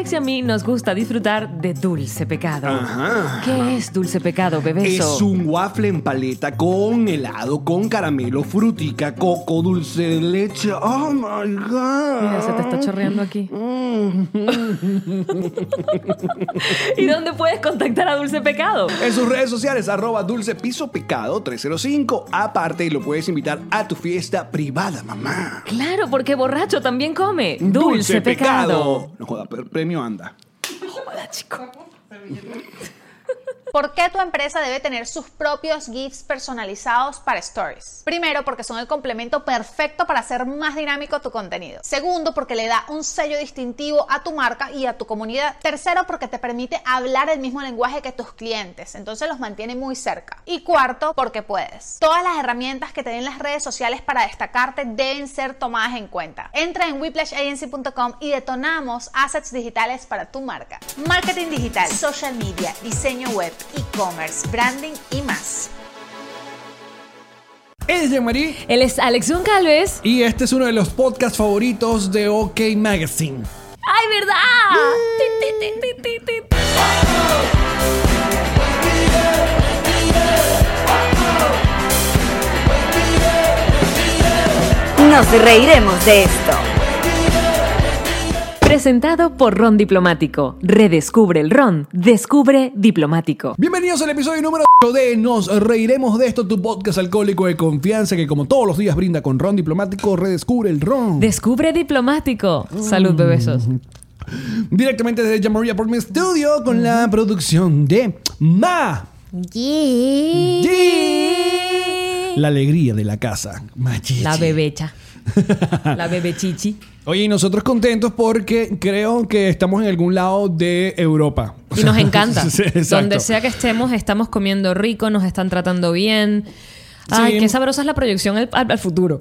Alex y a mí nos gusta disfrutar de dulce pecado. Ajá. ¿Qué es dulce pecado, bebeso? Es un waffle en paleta con helado, con caramelo, frutica, coco, dulce de leche. Oh my God. Mm. Mira, se te está chorreando aquí. ¿Y dónde puedes contactar a Dulce Pecado? En sus redes sociales, arroba dulce piso pecado 305. Aparte, lo puedes invitar a tu fiesta privada, mamá. Claro, porque borracho también come. Dulce, pecado. No joda, pre- premio anda. Joda, chico. ¿Por qué tu empresa debe tener sus propios GIFs personalizados para Stories? Primero, porque son el complemento perfecto para hacer más dinámico tu contenido. Segundo, porque le da un sello distintivo a tu marca y a tu comunidad. Tercero, porque te permite hablar el mismo lenguaje que tus clientes, entonces los mantiene muy cerca. Y cuarto, porque puedes. Todas las herramientas que te den las redes sociales para destacarte deben ser tomadas en cuenta. Entra en whiplashagency.com y detonamos assets digitales para tu marca. Marketing digital, social media, diseño web, e-commerce, branding y más. Él es Jean-Marie Él es Alex Goncalves. y este es uno de los podcasts favoritos de OK Magazine. ¡Ay, verdad! Ti, ti, ti, ti, ti, ti. Nos reiremos de esto. Presentado por Ron Diplomático. Redescubre el Ron. Descubre Diplomático. Bienvenidos al episodio número 8 de Nos Reiremos de esto, tu podcast alcohólico de confianza que como todos los días brinda con ron diplomático, redescubre el ron. Descubre Diplomático. Salud, bebesos. Directamente desde Jamaria Apartment Studio con la producción de Ma. Yee. La alegría de la casa. Ma Yee. La bebecha. La bebechichi. Oye, y nosotros contentos porque creo que estamos en algún lado de Europa. Y nos encanta. Sí, exacto. Donde sea que estemos, estamos comiendo rico, nos están tratando bien. Ay, Sí. qué sabrosa es la proyección al, al- al futuro.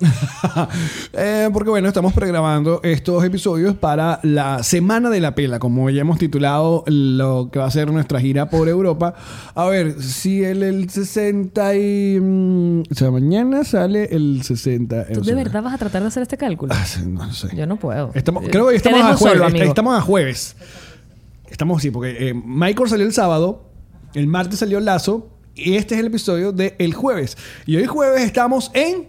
Eh, porque bueno, estamos pregrabando estos episodios para la Semana de la Pela, como ya hemos titulado lo que va a ser nuestra gira por Europa. A ver, si el, el 60 y... mm, o sea, mañana sale el 60. ¿Tú o de sea, verdad vas a tratar de hacer este cálculo? ah, sí, no sé. Yo no puedo. Estamos, Eh, creo que te estamos dejo a jueves. solo, est- amigo. estamos a jueves. Estamos sí, porque eh, Michael salió el sábado, el martes salió Lazo y este es el episodio de el jueves. Y hoy jueves estamos en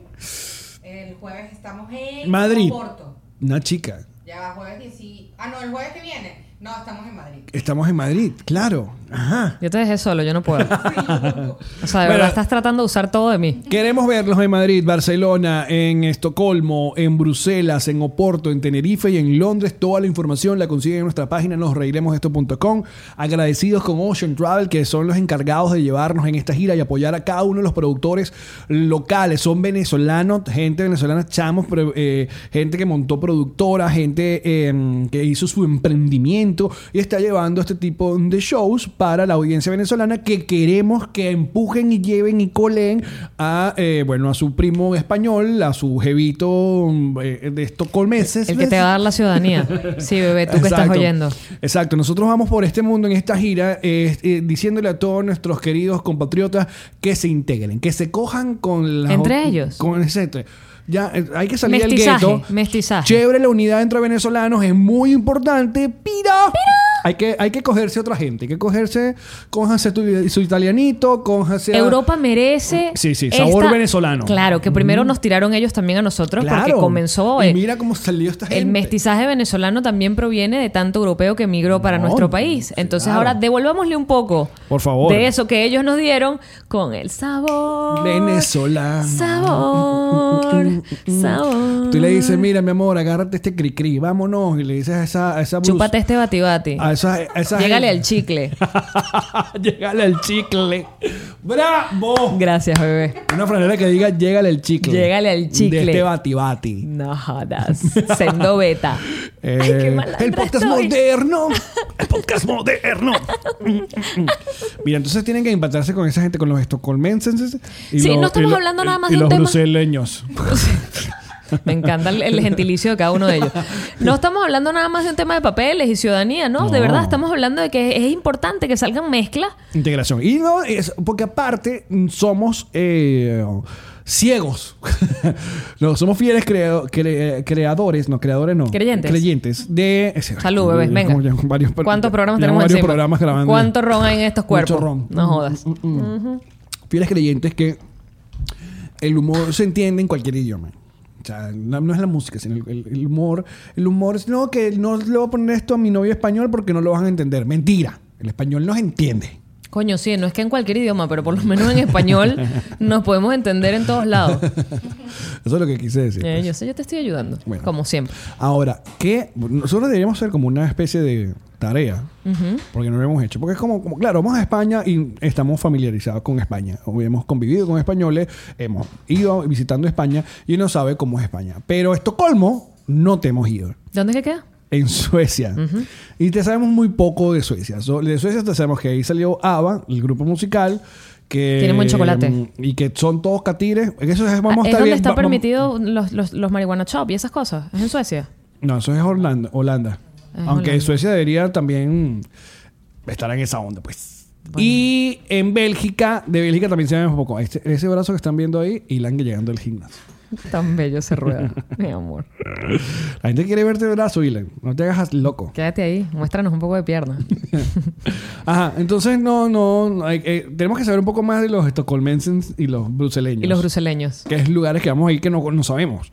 El jueves estamos en Madrid. Oporto. Una chica. Ya va jueves 10. Ah, no, el jueves que viene. No, estamos en Madrid. Estamos en Madrid, claro. Ajá. Yo te dejé solo, yo no puedo. O sea, de Bueno. verdad estás tratando de usar todo de mí. Queremos verlos en Madrid, Barcelona, en Estocolmo, en Bruselas, en Oporto, en Tenerife y en Londres. Toda la información la consiguen en nuestra página nosreiremosdeesto.com. Agradecidos con Ocean Travel, que son los encargados de llevarnos en esta gira y apoyar a cada uno de los productores locales. Son venezolanos, gente venezolana, chamos, pero, eh, gente que montó productora, gente eh, que hizo su emprendimiento y está llevando este tipo de shows para la audiencia venezolana que queremos que empujen y lleven y coleen a, eh, bueno, a su primo español, a su jevito eh, de estocolmeses. El que te va a dar la ciudadanía. Sí, bebé, tú que estás Exacto. oyendo. Exacto, nosotros vamos por este mundo en esta gira eh, eh, diciéndole a todos nuestros queridos compatriotas que se integren, que se cojan con la Entre ellos. Con etcétera. Ya, eh, hay que salir del Mestizaje, gueto. mestizaje. Chévere la unidad entre venezolanos, es muy importante. ¡Pira! Hay que, hay que cogerse a otra gente, hay que cogerse, cójanse tu- su italianito, cójanse a- Europa merece. Sí, sí, sabor venezolano. Mm. Claro, que primero nos tiraron ellos también a nosotros porque Claro. comenzó. Y eh, mira cómo salió esta gente. El mestizaje venezolano también proviene de tanto europeo que emigró para No, nuestro país. claro. Entonces ahora devolvámosle un poco Por favor. De eso que ellos nos dieron con el sabor. Venezola. Mm, Sabor. Sabor. Tú le dices, mira, mi amor, agárrate este cri-cri, vámonos. Y le dices a esa... A esa brus- Chúpate este batibati. A esa, a esa Llégale al gente. chicle. Llegale al chicle. ¡Bravo! Gracias, bebé. Una franela que diga, llégale al chicle. Llégale al chicle. De este bati bati. No jodas. Sendo beta. Ay, qué malandra Eh, el podcast estoy. moderno. El podcast moderno. Mira, entonces tienen que impactarse con esa gente, con los estocolmenses. y Sí, los- no estamos y lo- hablando y- nada más y de un los tema. bruseleños. Me encanta el, el gentilicio de cada uno de ellos. No estamos hablando nada más de un tema de papeles y ciudadanía, ¿no? De No. verdad, estamos hablando de que es, es importante que salgan mezclas. Integración. Y no, es porque aparte mm, somos eh, ciegos. no, somos fieles creo- cre- creadores, no, creadores no. Creyentes. Creyentes de... es- Salud, bebé. Ya Venga. como ya varios- ¿Cuántos programas ya tenemos varios encima? programas grabando. ¿Cuánto ron hay en estos cuerpos? Mucho ron. Mm, No jodas. Fieles creyentes que el humor se entiende en cualquier idioma. O sea, no, no es la música, sino el, el- el humor. El humor es, no, que no le voy a poner esto a mi novio español porque no lo van a entender. Mentira. El español nos entiende. Coño, sí, no es que en cualquier idioma, pero por lo menos en español nos podemos entender en todos lados. Eso es lo que quise decir. Eh, pues. yo sé, yo te estoy ayudando, Bueno. como siempre. Ahora, ¿qué? Nosotros deberíamos hacer como una especie de tarea, porque no lo hemos hecho. Porque es como, como, claro, vamos a España y estamos familiarizados con España. O hemos convivido con españoles, hemos ido visitando España y uno sabe cómo es España. Pero Estocolmo no te hemos ido. ¿Dónde es que queda? En Suecia. Y te sabemos muy poco de Suecia. So- de Suecia te sabemos que ahí salió ABBA, el grupo musical. Que, mm, Tiene buen chocolate. Y que son todos catires. Eso es, vamos Ah, es a estar donde bien- están va- vamos- permitidos los, los, los marihuana shop y esas cosas. Es en Suecia. No, eso es Holanda. Holanda. Es Aunque Holanda. Suecia debería también estar en esa onda, pues. Y en Bélgica, de Bélgica también se ve un poco. Este- ese brazo que están viendo ahí, Ilan llegando al gimnasio. Tan bello ese rueda, mi amor. La gente quiere verte el brazo, Ilan. No te hagas loco. Quédate ahí, muéstranos un poco de pierna. Ajá, entonces no, no, no, hay- eh, tenemos que saber un poco más de los estocolmenses y los bruseleños. y los bruseleños. Que es lugares que vamos a ir que no, no sabemos.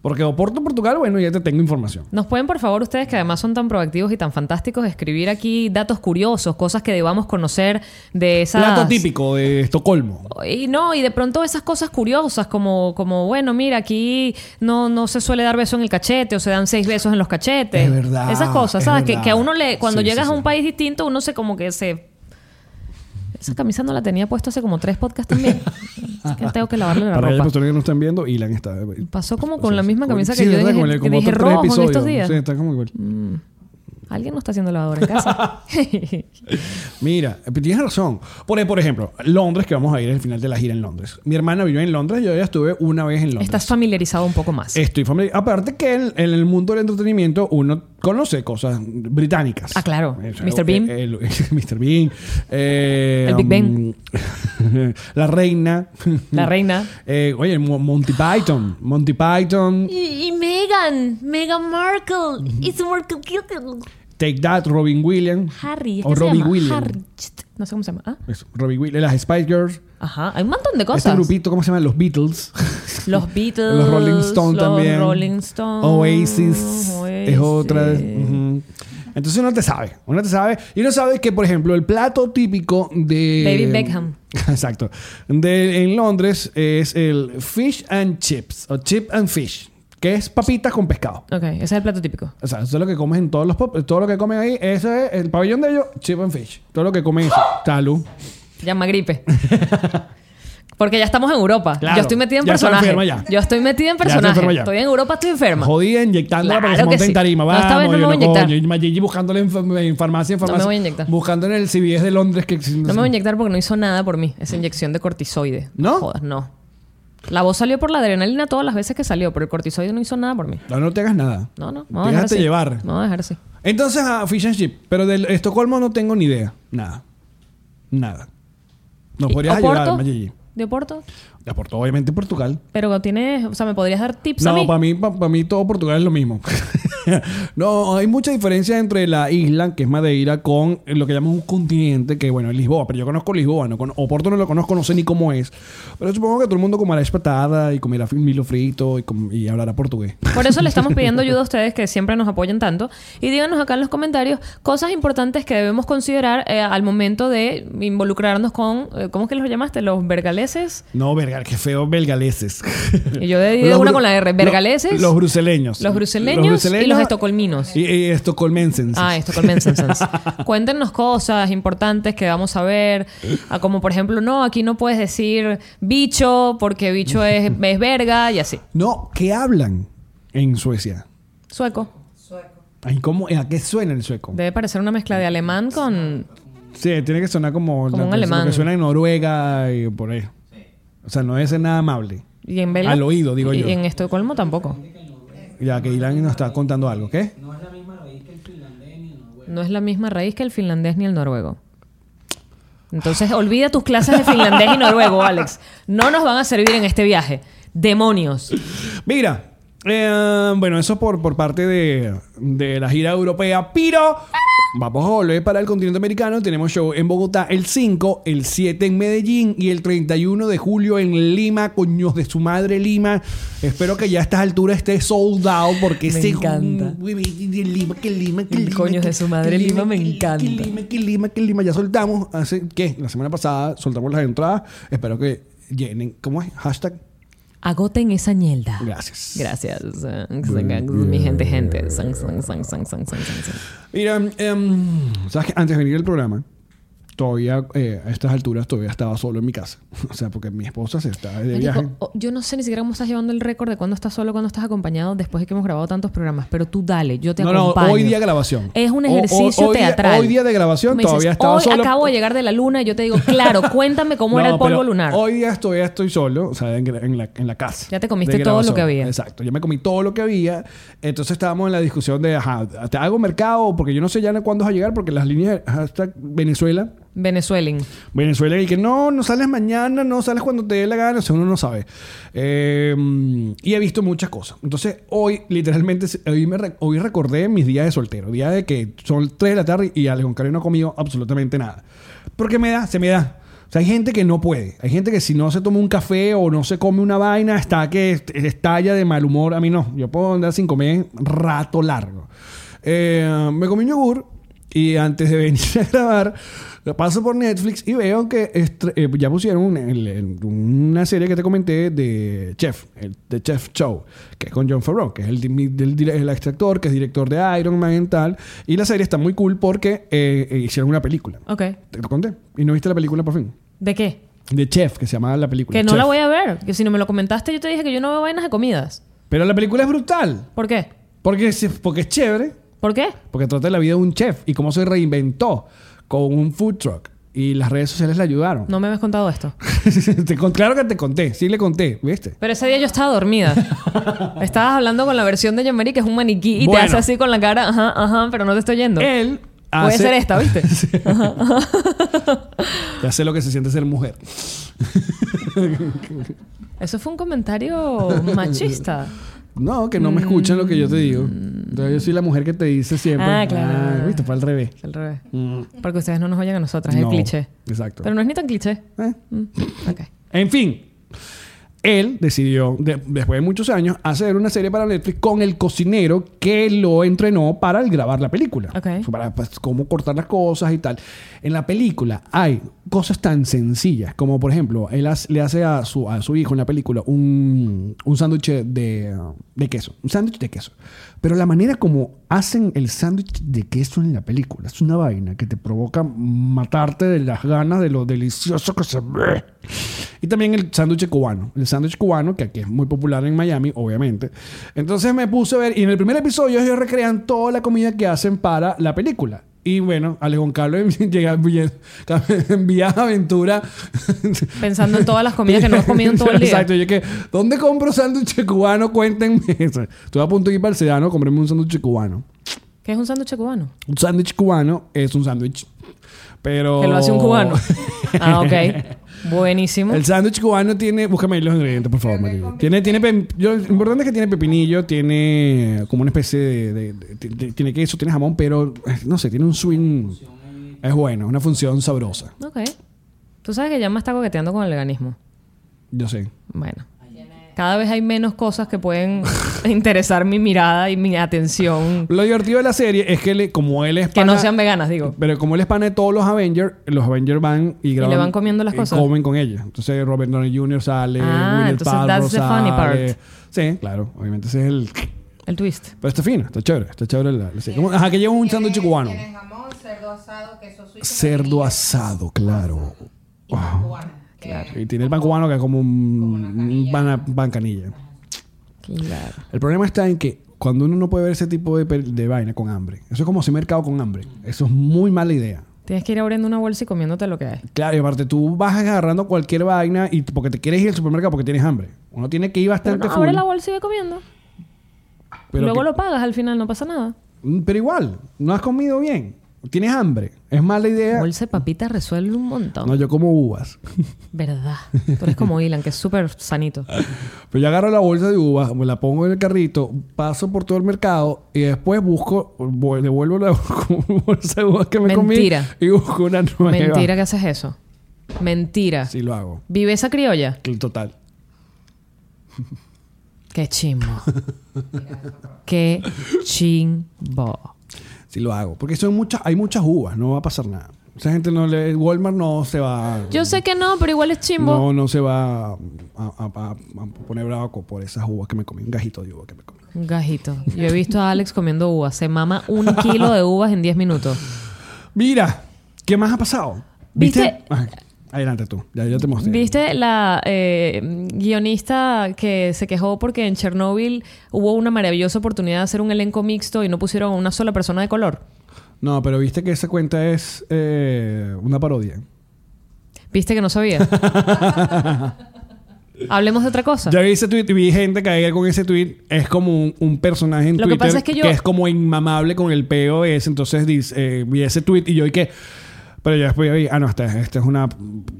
Porque Oporto, Portugal, bueno, ya te tengo información. ¿Nos pueden, por favor, ustedes que además son tan proactivos y tan fantásticos, escribir aquí datos curiosos, cosas que debamos conocer de esas... Plato típico de Estocolmo. Y no, y de pronto esas cosas curiosas como, como bueno, mira, aquí no, no se suele dar beso en el cachete o se dan seis besos en los cachetes. Es verdad, Esas cosas, es ¿sabes? Que, verdad. que a uno le... Cuando Sí, llegas sí, a sí. un país distinto, uno se como que se... Esa camisa no la tenía puesta hace como tres podcasts también. Es que tengo que lavarle la Para aquellas ropa. personas que no están viendo, Ilan está. Pasó como con la misma camisa que Sí, yo ¿verdad? dije- Como le- que como dije otros tres rojo en estos episodios. días. Sí, está como igual. Alguien no está haciendo lavadora en casa. Mira, eh, tienes razón. Por, por ejemplo, Londres, que vamos a ir al final de la gira en Londres. Mi hermana vivió en Londres, yo ya estuve una vez en Londres. Estás familiarizado un poco más. Estoy familiar. Aparte que en, en el mundo del entretenimiento uno conoce cosas británicas. Ah, claro. Eso, Mr. eh, Bean. el- Mr. Bean. eh, El Big Ben. um, la reina. La reina. Eh, oye, Mo- Monty Python. Monty Python. Y, Megan, Megan Markle, it's Markle Kilton. Take That, Robin Williams. Harry, ¿es O que se Robbie llama? Williams. Harry, chst, No sé cómo se llama. ¿Ah? Eso, Robbie Williams, las Spice Girls. Ajá, hay un montón de cosas. Este grupito, ¿cómo se llama? Los Beatles. Los Beatles, los Rolling Stones los también. Rolling Stones, Oasis. Es Oasis. otra. Ujú. Entonces uno te sabe. Uno te sabe. Y uno sabe que, por ejemplo, el plato típico de. David Beckham. Exacto. De, en Londres es el fish and chips. O chip and fish. Que es papitas con pescado. Ok, ese es el plato típico. O sea, eso es lo que comen en todos los pop, todo lo que comen ahí, eso es el pabellón de ellos, chip and fish. Todo lo que comen eso. Salud. Llama gripe. Porque ya estamos en Europa. Claro, Yo estoy metida en ya está personaje. enferma ya. Yo estoy metida en Ya está personaje. enferma ya. estoy en Europa, estoy enferma. Jodida inyectándola Claro para que se que monte sí. en tarima. No, Vamos, esta vez no me yo voy a inyectar. coño, y Gigi buscándole en, fam- en farmacia, en me farmacia. voy a inyectar. Buscando en el CBS de Londres que No me voy a inyectar porque no hizo nada por mí. Esa inyección de cortisoide. ¿No? Jodas, no. La voz salió por la adrenalina todas las veces que salió, pero el cortisoide no hizo nada por mí. No, no te hagas nada. No, no. Vamos a dejar Déjate así. llevar. Vamos a dejar así. Entonces, a Fish and Chip. Pero del Estocolmo no tengo ni idea. Nada. Nada. Nos ¿Y podrías ayudar, Oporto? ma Gigi. ¿De Oporto? De Porto, obviamente Portugal. Pero tienes... O sea, ¿me podrías dar tips a No, mí? para mí, pa- pa' mí todo Portugal es lo mismo. no, hay mucha diferencia entre la isla, que es Madeira, con lo que llamamos un continente, que bueno, es Lisboa, pero yo conozco Lisboa, no con Oporto no lo conozco, no sé ni cómo es. Pero supongo que todo el mundo comerá espatada y comerá milo frito y, com- y hablará portugués. Por eso le estamos pidiendo ayuda a ustedes que siempre nos apoyan tanto. Y díganos acá en los comentarios cosas importantes que debemos considerar eh, al momento de involucrarnos con, eh, ¿cómo es que los llamaste? Los vergaleses. No, verga, qué feo, belgaleses. Y yo de- de Los una bru- con la R, lo- ¿vergaleses? Los, bruseleños. Los bruseleños y los estocolminos. Y, y estocolmenses. Ah, esto con Mensensense. Cuéntenos cosas importantes que vamos a ver. Ah, Como por ejemplo, no, aquí no puedes decir bicho porque bicho es, es verga y así. No, ¿qué hablan en Suecia? Sueco. Ay, ¿cómo, ¿A qué suena el sueco? Debe parecer una mezcla de alemán con... Sí, tiene que sonar como, Como un lo alemán. que suena en Noruega y por ahí. O sea, no debe ser nada amable. Y en Bélgica- Al oído, digo y yo. en Estocolmo tampoco. Ya que Ilan nos está contando algo, ¿qué? No es la misma raíz que el finlandés ni el noruego. Entonces, olvida tus clases de finlandés y noruego, Alex. No nos van a servir en este viaje. Demonios. Mira, eh, bueno, eso por, por parte de, de la gira europea, pero vamos a volver para el continente americano. Tenemos show en Bogotá el 5, el 7 en Medellín y el 31 de julio en Lima, coños de su madre Lima. Espero que ya a estas alturas esté sold out porque Me ese- encanta. Uy, uy, uy, Lima, que Lima, que El Lima, coño que- de su madre que Lima me que- que encanta. Lima, que Lima, que Lima. Ya soltamos, hace, ¿qué? La semana pasada soltamos las entradas. Espero que llenen, ¿cómo es? Hashtag Agoten esa ñelda. Gracias. Gracias. Mi gente, gente. Mira, em, sabes que antes de venir al programa, todavía eh, a estas alturas todavía estaba solo en mi casa. O sea, porque mi esposa se está de Marico, viaje. o- "Oh, yo no sé ni siquiera cómo estás llevando el récord de cuándo estás solo, cuándo estás acompañado, después de que hemos grabado tantos programas. Pero tú dale, yo te No, no, acompaño. hoy día grabación. Es un O- o- ejercicio hoy día- teatral. hoy día de grabación, Me dices, todavía estaba hoy solo". acabo de llegar de la luna y yo te digo, claro, cuéntame cómo era No, el polvo pero lunar. Hoy día todavía estoy solo, o sea, en, en la, en la casa. Ya te comiste de todo lo grabación. que había. Exacto, ya me comí todo lo que había. Entonces estábamos en la discusión de, ajá, ¿te hago mercado? Porque yo no sé ya cuándo vas a llegar, porque las líneas hashtag Venezuela Venezuelan. Venezuela y que no, no sales mañana, no sales cuando te dé la gana, o sea, uno no sabe. Eh, y he visto muchas cosas. Entonces, hoy, literalmente, hoy, me re- hoy recordé mis días de soltero, días de que son 3 de la tarde y Alex Oncario no ha comido absolutamente nada. Porque me da, se me da. O sea, hay gente que no puede. Hay gente que si no se toma un café o no se come una vaina, está que est- estalla de mal humor. A mí no. Yo puedo andar sin comer rato largo. Eh, me comí un yogur y antes de venir a grabar, lo paso por Netflix y veo que estre- eh, ya pusieron un- el- el- una serie que te comenté de Chef, el The Chef Show, que es con John Favreau, que es el, di- del dire- el ex actor, que es director de Iron Man y tal. Y la serie está muy cool porque eh, eh, hicieron una película. Ok. Te lo conté. Y no viste la película por fin. ¿De qué? De Chef, que se llama la película. Que no Chef. la voy a ver. Que si no me lo comentaste, yo te dije que yo no veo vainas de comidas. Pero la película es brutal. ¿Por qué? Porque es, porque es chévere. ¿Por qué? Porque trata de la vida de un chef y cómo se reinventó con un food truck. Y las redes sociales le ayudaron. No me habías contado esto. Te con- claro que te conté, sí le conté, ¿viste? Pero ese día yo estaba dormida. Estabas hablando con la versión de Jean-Marie que es un maniquí y Bueno. te hace así con la cara, ajá, ajá, pero no te estoy yendo. Él Puede hace- ser esta, ¿viste? Ah, Sí. ya sé lo que se siente ser mujer. Eso fue un comentario machista. No, que no Mm. me escuchan lo que yo te digo. Entonces, yo soy la mujer que te dice siempre. Ah, claro. "Ah, viste, fue al revés. Es al revés. Porque ustedes no nos oyen a nosotras, es Mm. No, el cliché. Exacto. Pero no es ni tan cliché. ¿Eh? Ok. En fin, él decidió, de- después de muchos años, hacer una serie para Netflix con el cocinero que lo entrenó para el grabar la película. Ok. Para pues, cómo cortar las cosas y tal. En la película hay cosas tan sencillas como, por ejemplo, él hace- le hace a su, a su hijo en la película un, un sándwich de, de queso. Un sándwich de queso. Pero la manera como hacen el sándwich de queso en la película es una vaina que te provoca matarte de las ganas de lo delicioso que se ve. Y también el sándwich cubano. El sándwich cubano, que aquí es muy popular en Miami, obviamente. Entonces me puse a ver, y en el primer episodio ellos recrean toda la comida que hacen para la película. Y bueno, Alejón Carlos llega en viaje aventura. Pensando en todas las comidas que no has comido en todo el día. Exacto, yo que, ¿dónde compro sándwich cubano? Cuéntenme. Estoy a punto de ir para el sedano a comprarme un sándwich cubano. ¿Qué es un sándwich cubano? Un sándwich cubano es un sándwich. Pero. Que lo hace un cubano. Ah, ok. Buenísimo. El sándwich cubano tiene. Búscame ahí los ingredientes, por favor, Marico. Tiene, tiene pe- yo- lo importante es que tiene pepinillo, tiene como una especie de. de- de- de- tiene queso, tiene jamón, pero eh, no sé, tiene un swing. Es bueno, una función sabrosa. Ok. Tú sabes que ya me está coqueteando con el veganismo. Yo sé. Bueno. Cada vez hay menos cosas que pueden interesar mi mirada y mi atención Lo divertido de la serie es que, le- como él es que no pana- sean veganas, digo. Pero como él es pana de todos los Avengers, los Avengers van y graban. van comiendo las y cosas. comen con ella. Entonces Robert Downey Jr. sale, Ah, Gwyneth entonces Paltrow that's the funny sale. part. Sí, claro. Obviamente ese es el... El twist. Pero está fino, está chévere. Está chévere la, la serie. ¿Cómo? Ajá, que lleva un sándwich cubano. Tienen jamón, cerdo asado, queso suizo. Cerdo pepinillo asado, claro. Y pan cubano. que Y tiene el pan cubano que es como un, un pan, pan canilla. Claro. El problema está en que cuando uno no puede ver ese tipo de, pel- de vaina con hambre. Eso es como si mercado con hambre. Eso es muy mala idea. Tienes que ir abriendo una bolsa y comiéndote lo que hay. Claro, y aparte tú vas agarrando cualquier vaina y porque te quieres ir al supermercado porque tienes hambre. Uno tiene que ir Pero bastante no, abre full, la bolsa y ve comiendo. pero Luego que- lo pagas al final, no pasa nada. Mm, Pero igual, no has comido bien. Tienes hambre. Es mala idea. Bolsa de papita resuelve un montón. No, yo como uvas. Verdad. Tú eres como Ilan, que es súper sanito. Pero yo agarro la bolsa de uvas, me la pongo en el carrito, paso por todo el mercado y después busco, vu- devuelvo la bolsa de uvas que me Mentira. comí y busco una nueva. Mentira que haces eso. Mentira. Sí lo hago. Vive esa criolla. El total. Qué chimbo. Qué chimbo. Sí lo hago. Porque son muchas, hay muchas uvas, no va a pasar nada. Esa gente no le... Walmart no se va... Yo sé que no, pero igual es chimbo. No, no se va a, a- a- a poner bravo co- por esas uvas que me comí, un gajito de uva que me comí. Un gajito. Yo he visto a Alex comiendo uvas. Se mama un kilo de uvas en 10 minutos. Mira, ¿qué más ha pasado? ¿Viste? Ajá. Adelante tú, ya, ya te mostré. ¿Viste la eh, guionista que se quejó porque en Chernobyl hubo una maravillosa oportunidad de hacer un elenco mixto y no pusieron a una sola persona de color? No, pero viste que esa cuenta es eh, una parodia. ¿Viste que no sabía? Hablemos de otra cosa. Ya vi ese tweet y vi gente caer con ese tweet. Es como un, un personaje en Lo que Twitter pasa es que yo- es como inmamable con el peo ese. Entonces dis- eh, vi ese tweet y yo y que... Pero ya después vi, ah, no, esta, esta es una,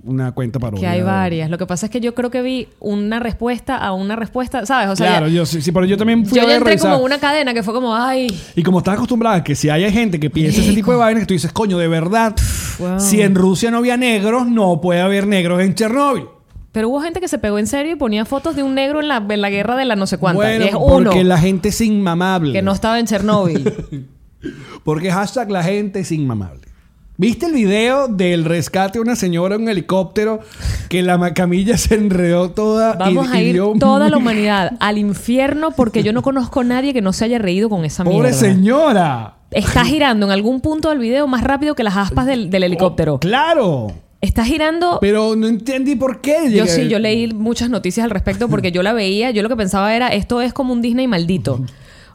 una cuenta parodia. Que hay de- varias. Lo que pasa es que yo creo que vi una respuesta a una respuesta, ¿sabes? O sea, claro, ya- yo sí, sí, pero yo también fui yo a ya ver, entré revisar. como una cadena que fue como, ay, Y como estás acostumbrada a que si hay gente que piensa ese tipo de vainas, tú dices, coño, de verdad, Wow. si en Rusia no había negros, no puede haber negros en Chernóbil. Pero hubo gente que se pegó en serio y ponía fotos de un negro en la, en la guerra de la no sé cuánta. Bueno, y es uno porque la gente es inmamable. que no estaba en Chernóbil. Porque hashtag la gente es inmamable. ¿Viste el video del rescate de una señora en un helicóptero que la ma- camilla se enredó toda? y- Vamos a y ir dio un- toda la humanidad al infierno porque yo no conozco a nadie que no se haya reído con esa ¡Pobre mierda. señora! Está girando en algún punto del video más rápido que las aspas del, del helicóptero. Oh, ¡Claro! Está girando... Pero no entendí por qué. Oh. Yo Llegué- sí, yo leí muchas noticias al respecto porque yo la veía, yo lo que pensaba era, esto es como un Disney maldito.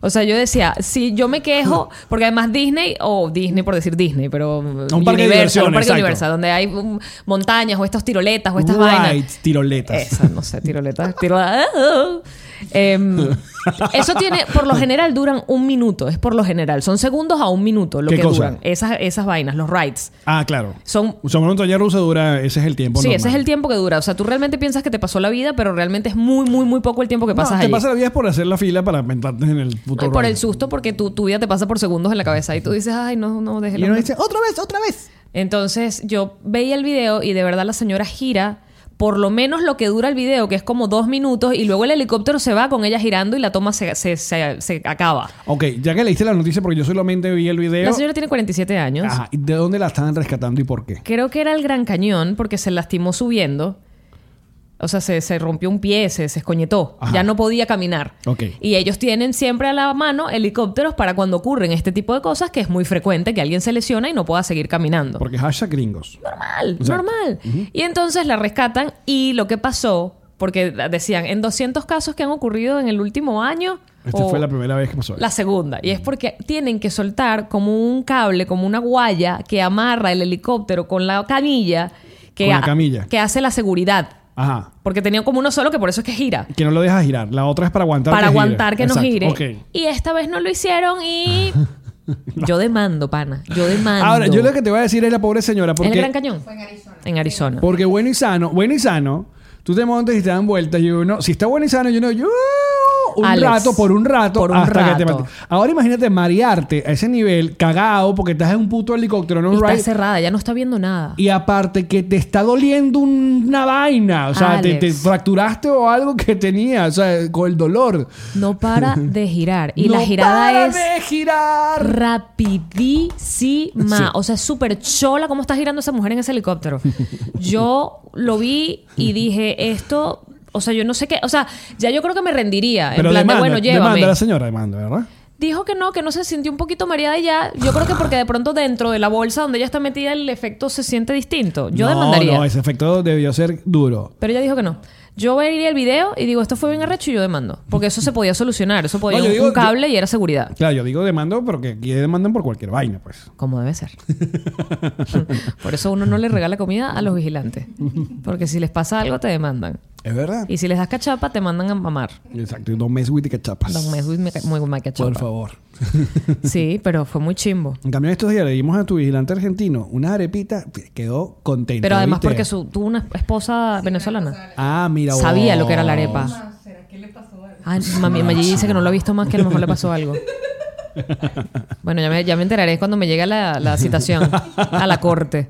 O sea, yo decía, si yo me quejo, porque además Disney, o Disney por decir Disney, pero un parque de diversiones, un parque exacto. Universal, donde hay um, montañas o estas tiroletas o estas Rides, vainas. tiroletas. Esas, no sé, tiroletas. tirola- Em, eso tiene, por lo general duran un minuto, es por lo general, son segundos a un minuto lo ¿Qué que cosa? duran esas, esas vainas, los rides. Ah, claro. Son Usar una montaña rusa dura, ese es el tiempo. Sí, ese normal. es el tiempo que dura. O sea, tú realmente piensas que te pasó la vida, pero realmente es muy, muy, muy poco el tiempo que No, pasas te allí. pasa la vida es por hacer la fila para mentarte en el No, puto y por rollo. el susto, porque tu, tu vida te pasa por segundos en la cabeza y tú dices, ay, no, no, Y déjelo. uno dice, otra vez, otra vez. Entonces, yo veía el video y de verdad la señora gira por lo menos lo que dura el video, que es como dos minutos, y luego el helicóptero se va con ella girando y la toma se, se, se- se acaba. Ok, ya que leíste la noticia, porque yo solamente vi el video. La señora tiene 47 años. Ajá, ¿y ¿de dónde la estaban rescatando y por qué? Creo que era el Gran Cañón porque se lastimó subiendo. O sea, se, se rompió un pie, se, se escoñetó. Ajá. Ya no podía caminar. Ok. Y ellos tienen siempre a la mano helicópteros para cuando ocurren este tipo de cosas, que es muy frecuente que alguien se lesiona y no pueda seguir caminando. Porque hashtag gringos. Normal, normal. Y entonces la rescatan y lo que pasó, porque decían, en 200 casos que han ocurrido en el último año... Esta o- Este fue la primera vez que pasó. la segunda. Y es porque tienen que soltar como un cable, como una guaya que amarra el helicóptero con la canilla que, Con la ha- camilla. que hace la seguridad. Ajá. Porque tenía como uno solo que por eso es que gira. Que no lo deja girar. La otra es para aguantar para que gire. aguantar que no Exacto, gire. ok. Y esta vez no lo hicieron y Yo demando, pana. Yo demando. Ahora, yo lo que te voy a decir es la pobre señora. ¿En Porque, el Gran Cañón? Fue en Arizona. En Arizona. porque bueno y sano, bueno y sano, tú te montas y te dan vueltas y uno, si está bueno y sano, yo no, yo, un Alex, rato, por un rato, por un hasta que te rato. mates. Ahora imagínate marearte a ese nivel, cagado, porque estás en un puto helicóptero, en Y un está ride, cerrada, ya no está viendo nada. Y aparte que te está doliendo una vaina, o sea, te, Alex. te fracturaste o algo que tenías, o sea, con el dolor. No para de girar. Y No la para girada es de girar. rapidísima. Sí. O sea, es súper chola cómo está girando esa mujer en ese helicóptero. Yo lo vi y dije, esto... O sea, yo no sé qué... O sea, ya yo creo que me rendiría. En Pero plan demanda, de, bueno, llévame. demanda la señora, demanda, ¿verdad? Dijo que no, que no se sintió un poquito mareada y ya. Yo creo que porque de pronto dentro de la bolsa donde ella está metida el efecto se siente distinto. Yo no, demandaría. No, ese efecto debió ser duro. Pero ella dijo que no. Yo vería el video y digo, esto fue bien arrecho y yo demando. Porque eso se podía solucionar. Eso podía No, yo un, digo- un cable y era seguridad. Claro, yo digo demando porque aquí demandan por cualquier vaina, pues. Como debe ser. Por eso uno no le regala comida a los vigilantes. Porque si les pasa algo, te demandan. Es verdad. Y si les das cachapa, te mandan a mamar. Exacto, y no mes with the chapas. Don Mesut me- muy buena cachapa. Por favor. Sí, pero fue muy chimbo. En cambio, en estos días le dimos a tu vigilante argentino una arepita, quedó contento. Pero además ¿viste? porque su, tuvo una esposa venezolana. Ah, mira. Sabía lo que era la vos. arepa. Ah, ¿Será que le pasó algo? Ay, mami, Maggi dice que no lo ha visto más, que a lo mejor le pasó algo. Bueno, ya me, ya me enteraré cuando me llegue la, la citación a la corte.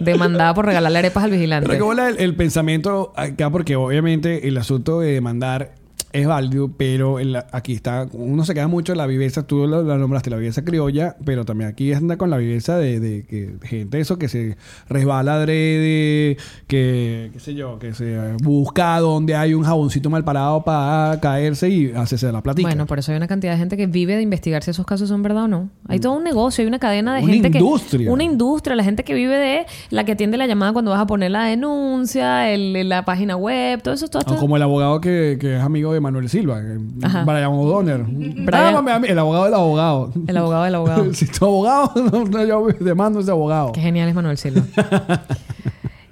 Demandada por regalarle arepas al Pero vigilante. que bola el, el pensamiento acá, porque obviamente el asunto de demandar es válido, pero el- aquí está, uno se queda mucho en la viveza, tú la, la nombraste la viveza criolla, pero también aquí anda con la viveza de, de que gente eso que se resbala adrede, que qué sé yo, que se busca donde hay un jaboncito mal parado para caerse y hacerse la platica. Bueno, por eso hay una cantidad de gente que vive de investigar si esos casos son verdad o no. Hay todo un negocio, hay una cadena de Una gente industria. que... Una industria. La gente que vive de... La que atiende la llamada cuando vas a poner la denuncia, el- la página web, todo eso. Todo, O esto- Ah, como el abogado que, que es amigo de Manuel Silva, que- Brian O'Donnell. Brian- Llámame a mí, el abogado del abogado. El abogado del abogado. si tu abogado, no, no, yo demando a ese abogado. Qué genial es Manuel Silva.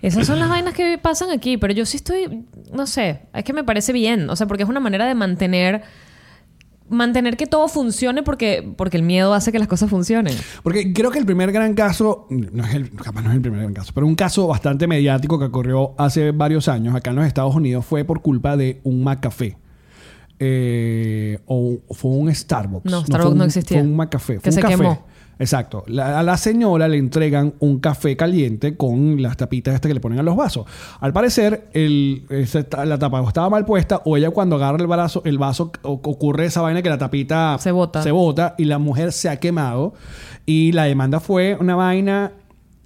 Esas son las vainas que pasan aquí, pero yo sí estoy, no sé, es que me parece bien, o sea, porque es una manera de mantener mantener que todo funcione porque porque el miedo hace que las cosas funcionen. Porque creo que el primer gran caso, no es el, capaz no es el primer gran caso, pero un caso bastante mediático que ocurrió hace varios años acá en los Estados Unidos fue por culpa de un McCafé. Eh, o fue un Starbucks. No, fue Starbucks no un- existía. Fue un McCafé. Fue Que un se café. quemó. Exacto. La- a la señora le entregan un café caliente con las tapitas estas que le ponen a los vasos. Al parecer, el, esa ta- la tapa o estaba mal puesta o ella cuando agarra el, brazo, el vaso o- ocurre esa vaina que la tapita Se bota. se bota y la mujer se ha quemado. Y la demanda fue una vaina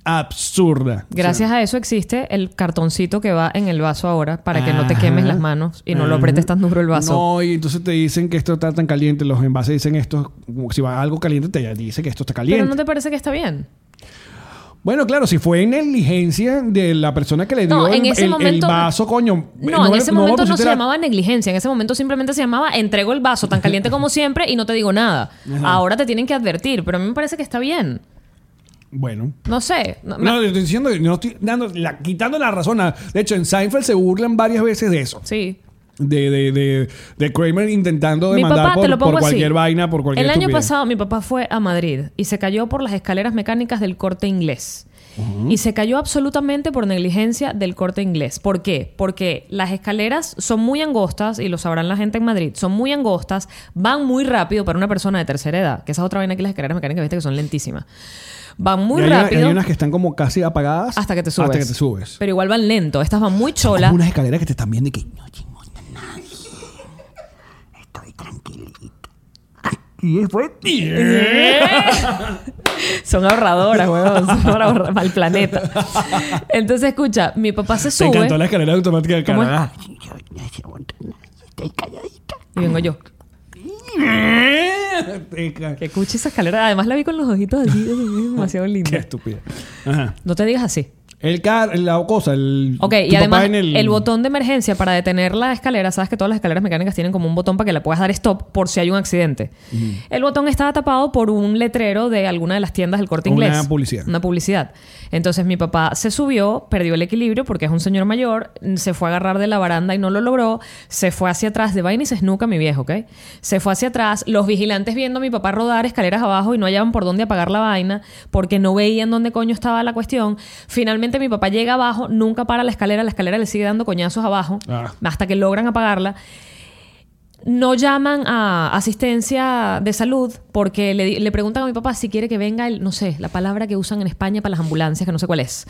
absurda. Gracias a eso existe el cartoncito que va en el vaso ahora para que no te Ajá. quemes las manos y no lo apretes tan duro el vaso. No, y entonces te dicen que esto está tan caliente. Los envases dicen esto, como si va algo caliente, te dice que esto está caliente. pero no te parece que está bien. Bueno, claro, si fue en negligencia de la persona que le dio No, en el, ese el- el momento- vaso, coño. No, en me- ese me momento no pusiste se la- llamaba negligencia. En ese momento simplemente se llamaba entrego el vaso tan caliente como siempre y no te digo nada. Ahora te tienen que advertir, pero a mí me parece que está bien. Bueno. No sé. No, No, ma- yo estoy diciendo, no estoy dando, la- quitando la razón. a- De hecho, en Seinfeld se burlan varias veces de eso. Sí. De, de, de, de Kramer intentando Mi demandar papá, por, te lo por pongo así. cualquier vaina, por cualquier El año estupidez. pasado mi papá fue a Madrid y se cayó por las escaleras mecánicas del corte inglés. Y se cayó absolutamente por negligencia del corte inglés. ¿Por qué? Porque las escaleras son muy angostas, y lo sabrán la gente en Madrid, son muy angostas, van muy rápido para una persona de tercera edad, que esa es otra vaina que las escaleras mecánicas, viste, que son lentísimas. Van muy Y hay, una- rápido. hay unas que están como casi apagadas. Hasta que te subes. Hasta que te subes. Pero igual van lento. Estas van muy Son cholas. como unas escaleras que te están viendo y que no chingo a nadie. Estoy tranquilita. Y después. Son ahorradoras, weón. Son para ahorrar para el planeta. Entonces, escucha, mi papá se Te sube. encantó la escalera automática de ¿Cómo es? Canadá. Y vengo yo. Que escuche esa escalera. Además la vi con los ojitos así. es demasiado Qué linda. estúpida. Ajá. No te digas así. El car, la cosa, el. Ok, tu y papá además en el... botón de emergencia para detener la escalera, sabes que todas las escaleras mecánicas tienen como un botón para que le puedas dar stop por si hay un accidente. El botón estaba tapado por un letrero de alguna de las tiendas del corte Una inglés. publicidad. Una publicidad. Entonces mi papá se subió, perdió el equilibrio porque es un señor mayor, se fue a agarrar de la baranda y no lo logró, se fue hacia atrás, de vaina y se esnuca mi viejo, ¿ok? Se fue hacia atrás, los vigilantes viendo a mi papá rodar escaleras abajo y no hallaban por dónde apagar la vaina porque no veían dónde coño estaba la cuestión. Finalmente mi papá llega abajo, nunca para la escalera, la escalera le sigue dando coñazos abajo Ah. hasta que logran apagarla no llaman a asistencia de salud porque le, di- le preguntan a mi papá si quiere que venga el, no sé, la palabra que usan en España para las ambulancias, que no sé cuál es.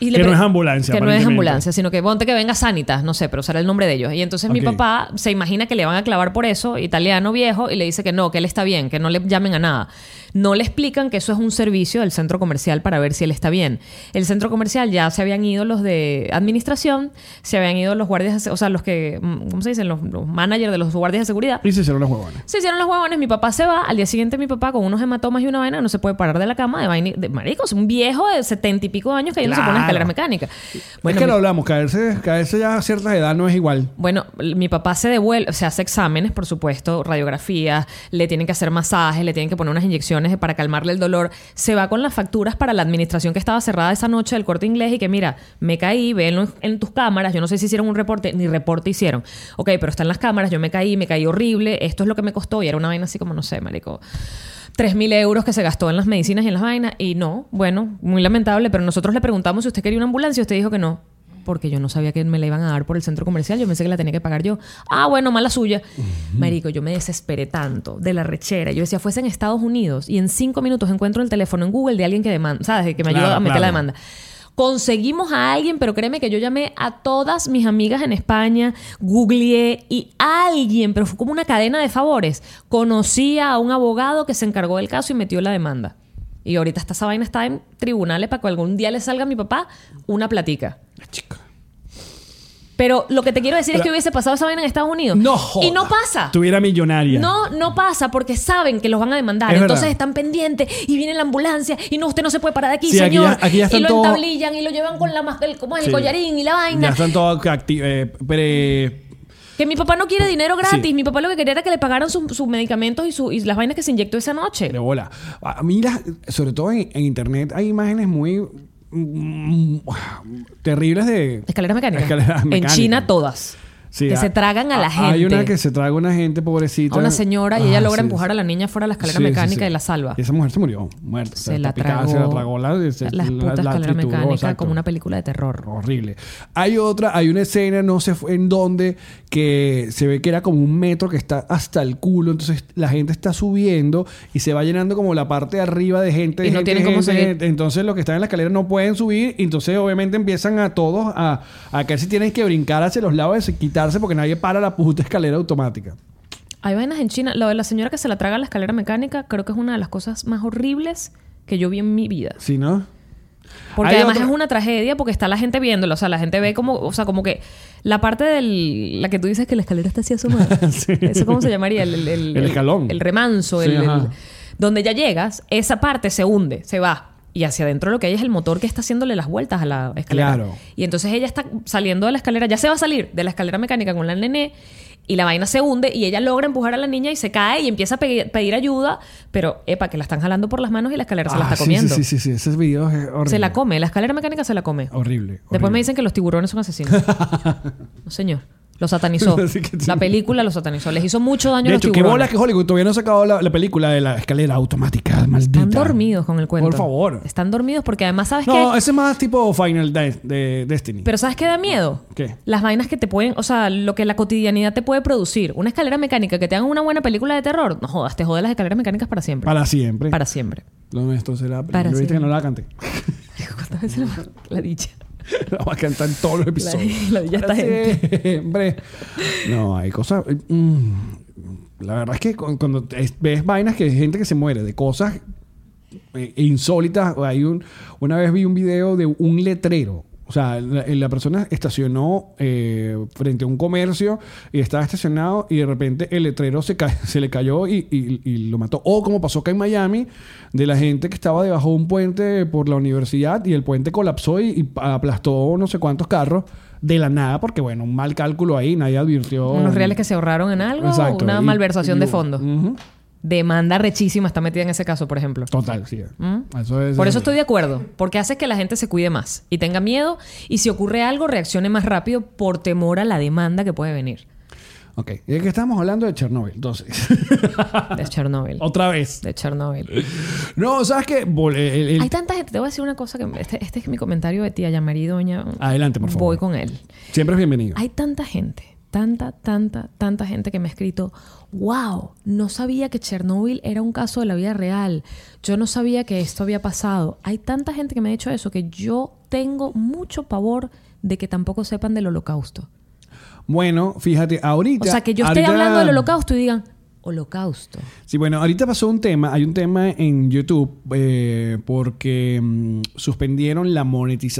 Y Que no pre- es ambulancia, Que no es aparentemente. ambulancia, sino que ponte que venga Sanitas, no sé, pero será el nombre de ellos. Y entonces mi Ok. papá Ah, se imagina que le van a clavar por eso, italiano viejo, y le dice que no, que él está bien, que no le llamen a nada. No le explican que eso es un servicio del centro comercial para ver si él está bien. El centro comercial ya se habían ido los de administración, se habían ido los guardias, de- o sea, los que, mm, ¿cómo se dicen? Los, los managers de los guardias de seguridad. Y se hicieron los huevones. Se hicieron los huevones, mi papá se va. Al día siguiente, mi papá con unos hematomas y una vaina no se puede parar de la cama de vaina. De, maricos, un viejo de setenta y pico de años que ya no se pone en Claro. escaleras mecánicas. Bueno, es que mi- lo hablamos, caerse, caerse ya a cierta edad no es igual. bueno, l- mi papá se devuelve, se hace exámenes, por supuesto, radiografías, le tienen que hacer masajes, le tienen que poner unas inyecciones para calmarle el dolor. Se va con las facturas para la administración que estaba cerrada esa noche del corte inglés y que, mira, me caí, velo en, en tus cámaras. Yo no sé si hicieron un reporte, ni reporte hicieron. Ok, pero están las cámaras, yo me caí, me caí horrible, esto es lo que me costó y era una vaina así como, no sé, marico. 3.000 euros que se gastó en las medicinas y en las vainas. Y no, bueno, muy lamentable, pero nosotros le preguntamos si usted quería una ambulancia y usted dijo que no. Porque yo no sabía que me la iban a dar por el centro comercial, yo pensé que la tenía que pagar yo. Ah, bueno, mala suya. Marico, yo me desesperé tanto de la rechera. Yo decía, fuese en Estados Unidos y en cinco minutos encuentro el teléfono en Google de alguien que demanda, ¿sabes? De Que me Claro, ayuda a meter claro. la demanda. Conseguimos a alguien, pero créeme que yo llamé a todas mis amigas en España, googleé y alguien, pero fue como una cadena de favores, conocía a un abogado que se encargó del caso y metió la demanda. Y ahorita esta esa vaina está en tribunales para que algún día le salga a mi papá una platica. Pero lo que te quiero decir es que hubiese pasado esa vaina en Estados Unidos. No Y no joda. pasa. Tuviera millonaria. No, no pasa porque saben que los van a demandar. Es Entonces verdad. están pendientes y viene la ambulancia y no, usted no se puede parar de aquí, Sí, aquí señor. ya- aquí ya están y lo todos- entablillan y lo llevan con la mas- el, ¿cómo es? el Sí. collarín y la Ya vaina. están todos acti- eh, pre- Que mi papá no quiere dinero gratis. Sí. Mi papá lo que quería era que le pagaran su- sus medicamentos y, su- y las vainas que se inyectó esa noche. De bola. A mí, las- sobre todo en, en internet, hay imágenes muy mm, terribles de. Escaleras mecánicas. Escaleras mecánicas. En China todas. Sí, que ah, se tragan a la ah, gente. Hay una que se traga a una gente pobrecita. A una señora y Ah, ella logra sí, empujar sí. a la niña fuera de la escalera Sí, sí, mecánica sí. y la salva. Y esa mujer se murió, muerta. se la picaba, tragó. Se la tragó la, se- la, la- puta la escalera trituró, mecánica exacto. como una película de terror. Horrible. Hay otra, hay una escena, no sé fu- en dónde, que se ve que era como un metro que está hasta el culo. Entonces la gente está subiendo y se va llenando como la parte de arriba de gente. Y de no gente, tienen gente, cómo subir. gente. Entonces los que están en la escalera no pueden subir. Y entonces obviamente empiezan a todos a, a casi tienen que brincar hacia los lados, quitarse porque nadie para la puta escalera automática. Hay vainas en China. Lo de la señora que se la traga en la escalera mecánica, creo que es una de las cosas más horribles que yo vi en mi vida. ¿Sí, no? Porque Hay además otra- es una tragedia porque está la gente viéndolo. O sea, la gente ve como, o sea, como que la parte del, la que tú dices que la escalera está así asomada. Sí. ¿Eso cómo se llamaría? El, el, El escalón. El remanso. Sí, el- el- ajá. donde ya llegas, esa parte se hunde, se va. Y hacia adentro lo que hay es el motor que está haciéndole las vueltas a la escalera. Claro. Y entonces ella está saliendo de la escalera, ya se va a salir de la escalera mecánica con la nené y la vaina se hunde y ella logra empujar a la niña y se cae y empieza a pe- pedir ayuda, pero epa, que la están jalando por las manos y la escalera se la Ah, está sí, comiendo. Sí, sí, sí, sí. Ese video es horrible. Se la come, la escalera mecánica se la come. Horrible. Después me horrible. dicen que los tiburones son asesinos. no, señor. Lo satanizó. Así que sí. La película lo satanizó. Les hizo mucho daño De a los hecho, qué tiburones. bola que Hollywood todavía no ha sacado la, la película de la escalera automática, maldita. Están dormidos con el cuento. Por favor. Están dormidos porque además, ¿sabes No, qué? ese es más tipo Final Death de Destiny. Pero ¿sabes qué da miedo? ¿Qué? Las vainas que te pueden, o sea, lo que la cotidianidad te puede producir. Una escalera mecánica que te hagan una buena película de terror. No jodas, te jode las escaleras mecánicas para siempre. para siempre. Para siempre. Lo nuestro será. Para Yo viste siempre. que no la canté. ¿Cuántas veces la, la dicha? la va a cantar en todos los episodios. la de ya Para está siempre. No, hay cosas. mm, la verdad es que cu- cuando te- ves vainas que hay gente que se muere de cosas eh, insólitas. Hay un, una vez vi un video de un letrero. O sea, la, la persona estacionó eh, frente a un comercio y estaba estacionado y de repente el letrero se, ca- se le cayó y, y- y lo mató. O como pasó acá en Miami, de la gente que estaba debajo de un puente por la universidad y el puente colapsó y, y aplastó no sé cuántos carros de la nada, porque bueno, un mal cálculo ahí, nadie advirtió. Unos reales que se ahorraron en algo, Oh, Exacto. una Y- malversación y- de fondos. Ujú. Demanda rechísima está metida en ese caso, por ejemplo. Total, sí. Eso es- Mm. Por eso estoy de acuerdo, porque hace que la gente se cuide más y tenga miedo y si ocurre algo reaccione más rápido por temor a la demanda que puede venir Ok, y es que estamos hablando de Chernobyl, entonces. de Chernobyl. Otra vez. De Chernobyl. No, ¿sabes qué? Vol- el- el- Hay tanta gente, te voy a decir una cosa que este, este es mi comentario de tía Yamari Doña. Adelante, por favor. Voy con él. Siempre es bienvenido. Hay tanta gente, tanta, tanta, tanta gente que me ha escrito, wow, no sabía que Chernobyl era un caso de la vida real, yo no sabía que esto había pasado. Hay tanta gente que me ha dicho eso que yo tengo mucho pavor de que tampoco sepan del holocausto. Bueno, fíjate, ahorita. O sea, que yo esté ahorita- hablando del holocausto y digan, holocausto. Sí, bueno, ahorita pasó un tema, hay un tema en YouTube eh, porque mm, suspendieron la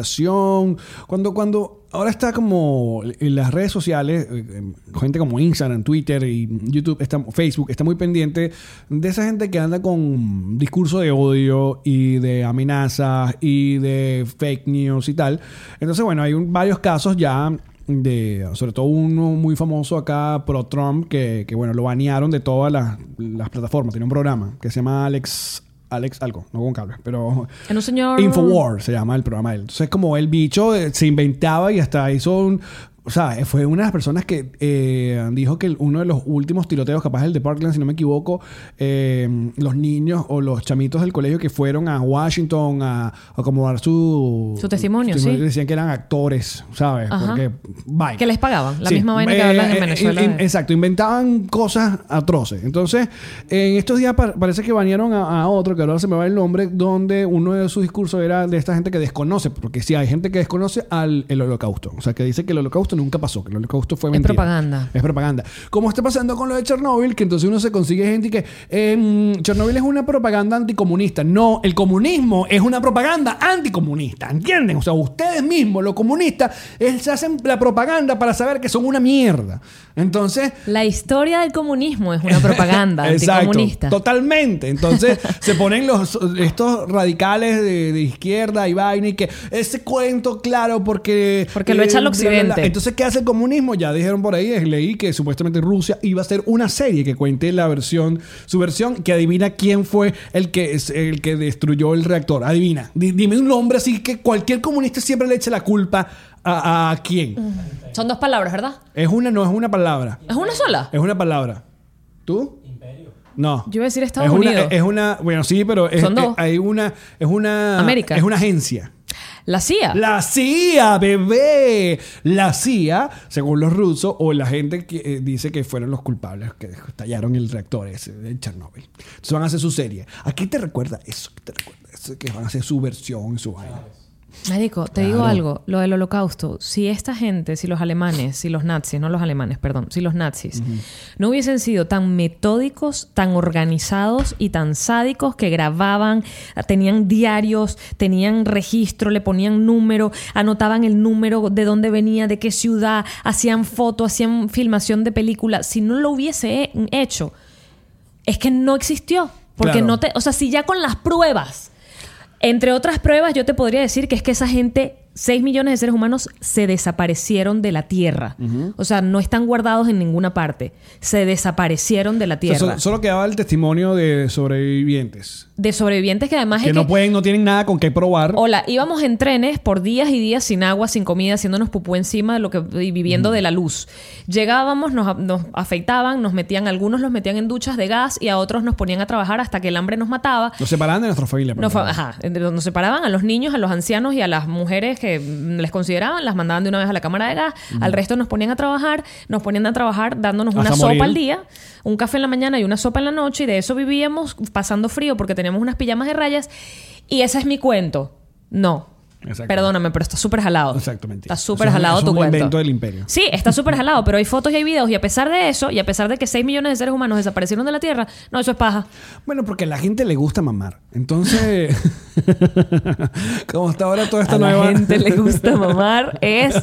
monetización. Cuando, cuando, ahora está como en las redes sociales, eh, gente como Instagram, Twitter y YouTube, está, Facebook, está muy pendiente de esa gente que anda con discurso de odio y de amenazas y de fake news y tal. Entonces, bueno, hay un- varios casos ya de sobre todo uno muy famoso acá pro Trump que, que, bueno lo banearon de todas las, las plataformas tiene un programa que se llama Alex Alex algo no con cables pero En un señor- Infowar se llama el programa de él entonces como el bicho eh, se inventaba y hasta hizo un o sea, eh, fue una de las personas que eh, dijo que el- uno de los últimos tiroteos, capaz el de Parkland, si no me equivoco, eh, los niños o los chamitos del colegio que fueron a Washington a, a acomodar su, Su testimonio, sí. decían que eran actores, ¿sabes? Ajá. Porque, eh, vaya. Que les pagaban, la misma vaina que hablan en Venezuela de- exacto, inventaban cosas atroces. Entonces, en estos días pa- parece que banearon a, a otro, que ahora se me va el nombre, donde uno de sus discursos era de esta gente que desconoce, porque si hay gente que desconoce al el holocausto. O sea, que dice que el holocausto nunca pasó, que el holocausto fue Es mentira. propaganda. Es propaganda. Como está pasando con lo de Chernóbil, que entonces uno se consigue gente que eh, Chernóbil es una propaganda anticomunista. No, el comunismo es una propaganda anticomunista. ¿Entienden? O sea, ustedes mismos, los comunistas, eh, se hacen la propaganda para saber que son una mierda. Entonces. La historia del comunismo es una propaganda Exacto, anticomunista. totalmente. Entonces se ponen los estos radicales de, de izquierda y vaina y que ese cuento claro porque eh, Porque lo echa al bla, bla, bla. occidente. Entonces qué hace el comunismo? Ya dijeron por ahí, leí que supuestamente Rusia iba a hacer una serie que cuente la versión su versión que adivina quién fue el que es el que destruyó el reactor. Adivina. Di- dime un nombre así que cualquier comunista siempre le eche la culpa a, a quién. Son dos palabras, ¿verdad? Es una no es una palabra. ¿Es una sola? Es una palabra. ¿Tú? Imperio. No. Yo iba a decir Estados es una- Unidos. es una, bueno, sí, pero es, Son dos. es- hay una, es una, América. Ah. es una agencia. La CIA. La CIA, bebé. La CIA, según los rusos o la gente que eh, dice que fueron los culpables que estallaron el reactor ese de Chernóbil. Entonces van a hacer su serie. ¿A qué te recuerda eso? ¿Qué te recuerda eso? Que van a hacer su versión, su vaina. Marico, te digo algo, lo del holocausto, si esta gente, si los alemanes, si los nazis, no los alemanes, perdón, si los nazis no hubiesen sido tan metódicos, tan organizados y tan sádicos que grababan, tenían diarios, tenían registro, le ponían número, anotaban el número de dónde venía, de qué ciudad, hacían foto, hacían filmación de película, si no lo hubiese he- hecho, es que no existió, porque Claro. no te, o sea, si ya con las pruebas entre otras pruebas, yo te podría decir que es que esa gente, 6 millones de seres humanos, se desaparecieron de la Tierra. O sea, no están guardados en ninguna parte. Se desaparecieron de la O sea, Tierra. so- solo quedaba el testimonio de sobrevivientes. de sobrevivientes que además Que es no que- pueden, no tienen nada con qué probar. Hola, íbamos en trenes por días y días sin agua, sin comida, haciéndonos pupú encima de lo que y viviendo de la luz. Llegábamos, nos, a- nos afeitaban, nos metían, algunos los metían en duchas de gas y a otros nos ponían a trabajar hasta que el hambre nos mataba. Nos separaban de nuestra familia. por Nos, fa- favor. ajá, entre- nos separaban a los niños, a los ancianos y a las mujeres que mm, les consideraban, las mandaban de una vez a la cámara de gas, al resto nos ponían a trabajar, nos ponían a trabajar dándonos Hasta una sopa morir. al día, un café en la mañana y una sopa en la noche y de eso vivíamos pasando frío porque teníamos unas pijamas de rayas y ese es mi cuento. No, Exacto. Perdóname, pero está súper jalado. Exactamente. Está súper Eso es- jalado es tu un cuento. invento del imperio. Sí, está súper jalado, pero hay fotos y hay videos. Y a pesar de eso, y a pesar de que 6 millones de seres humanos desaparecieron de la Tierra, no, eso es paja. Bueno, porque a la gente le gusta mamar. Entonces, como está ahora toda esta a nueva. la gente le gusta mamar. Es.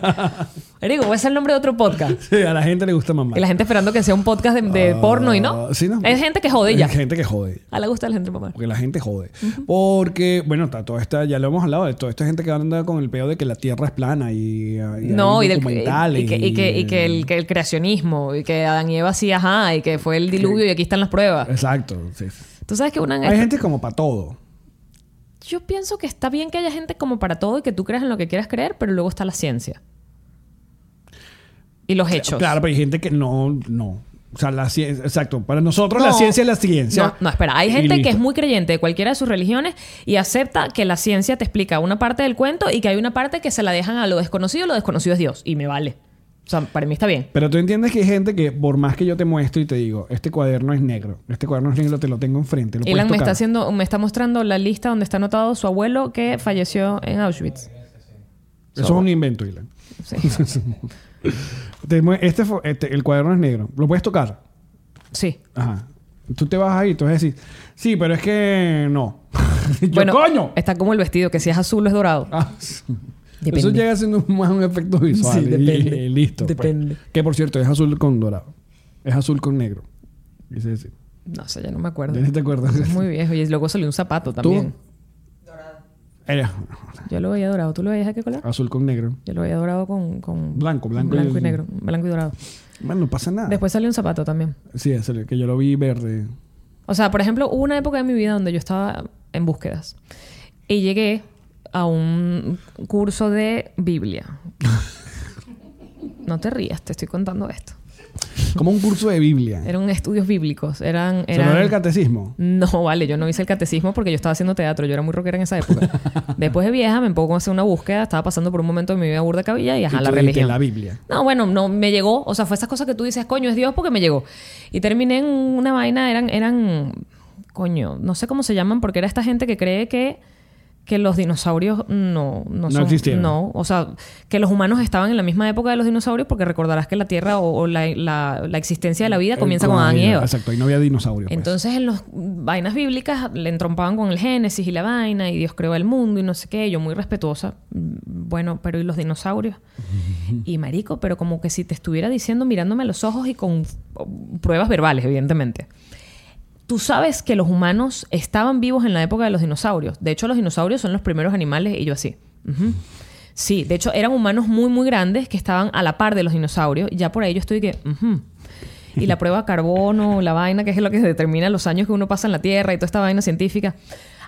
Digo, voy a ser el nombre de otro podcast. Sí, a la gente le gusta mamar. Y la gente esperando que sea un podcast de, de Ah, porno y no. sí, no. Es gente que jode y ya. Es gente que jode. A la gusta la gente mamar. Porque la gente jode. Porque, bueno, está toda esta, ya lo hemos hablado, de toda esta gente que anda con el peo de que la tierra es plana y. y hay No, y, del, y, documentales y que, y que- y que el, que el creacionismo, y que Adán y Eva sí, ajá, y que fue el diluvio y aquí están las pruebas. Exacto. sí. Tú sabes que una... Eh. Hay gente como para todo. Yo pienso que está bien que haya gente como para todo y que tú creas en lo que quieras creer, pero luego está la ciencia. Y los hechos. Claro, pero hay gente que no, no. O sea, la ciencia, exacto. Para nosotros la No. ciencia es la ciencia. No, no, espera. Hay Y gente que es listo. muy creyente de cualquiera de sus religiones y acepta que la ciencia te explica una parte del cuento y que hay una parte que se la dejan a lo desconocido, lo desconocido es Dios. Y me vale. O sea, para mí está bien. Pero tú entiendes que hay gente que, por más que yo te muestro y te digo, este cuaderno es negro, este cuaderno es negro, te lo tengo enfrente. Lo puedes Elan me está tocar. haciendo, me está mostrando la lista donde está anotado su abuelo que falleció en Auschwitz. Eso es un invento, Ilan. Sí. Te mue- Este, fo- este- el cuaderno es negro, lo puedes tocar. Sí. Ajá. Tú te vas ahí, tú vas a decir, sí, pero es que no. Yo, bueno, coño. Está como el vestido, que si es azul o es dorado. Ah, Depende. Eso llega siendo más un efecto visual. Sí, y- depende. y listo. pues. Depende. Que por cierto, es azul con dorado. Es azul con negro. Dice así. No sé, ya no me acuerdo. ¿Ya ni te acuerdas? Es muy viejo. Y luego salió un zapato también. Era Yo lo veía dorado. ¿Tú lo veías de qué color? Eh, azul con negro. Yo lo veía dorado con... con Ah. Blanco, blanco y- Ah. Blanco y negro. Blanco y dorado. Bueno, no pasa nada. Después salió un zapato también. Sí, es el que yo lo vi verde. O sea, por ejemplo, hubo una época de mi vida donde yo estaba en búsquedas. Y llegué a un curso de Biblia. No te rías, te estoy contando esto. Como un curso de Biblia. Eran estudios bíblicos. Eran... O sea, no eran- era el catecismo. No, vale, yo no hice el catecismo porque yo estaba haciendo teatro, yo era muy rockera en esa época. Después de vieja me pongo a hacer una búsqueda, estaba pasando por un momento de mi vida burda cabilla y ajá, Y la tú dijiste, religión. la Biblia. No, bueno, no me llegó, o sea, fue esas cosas que tú dices, coño, es Dios porque me llegó. Y terminé en una vaina, eran eran coño, no sé cómo se llaman porque era esta gente que cree que que los dinosaurios no no, son- existieron. No, o sea, que los humanos estaban en la misma época de los dinosaurios porque recordarás que la Tierra o, o la, la- la existencia de la vida comienza con Adán y Eva. Exacto, y no había dinosaurios. pues. Entonces en las vainas bíblicas le entrompaban con el Génesis y la vaina y Dios creó el mundo y no sé qué. Yo muy respetuosa. mm, Bueno, pero ¿y los dinosaurios? y marico, pero como que si te estuviera diciendo mirándome a los ojos y con oh, pruebas verbales, evidentemente. Tú sabes que los humanos estaban vivos en la época de los dinosaurios. De hecho, los dinosaurios son los primeros animales y yo así. ujú. Sí, de hecho eran humanos muy, muy grandes que estaban a la par de los dinosaurios. Ya por ahí yo estoy que... ujú. Y la prueba de carbono, la vaina, que es lo que determina los años que uno pasa en la Tierra y toda esta vaina científica.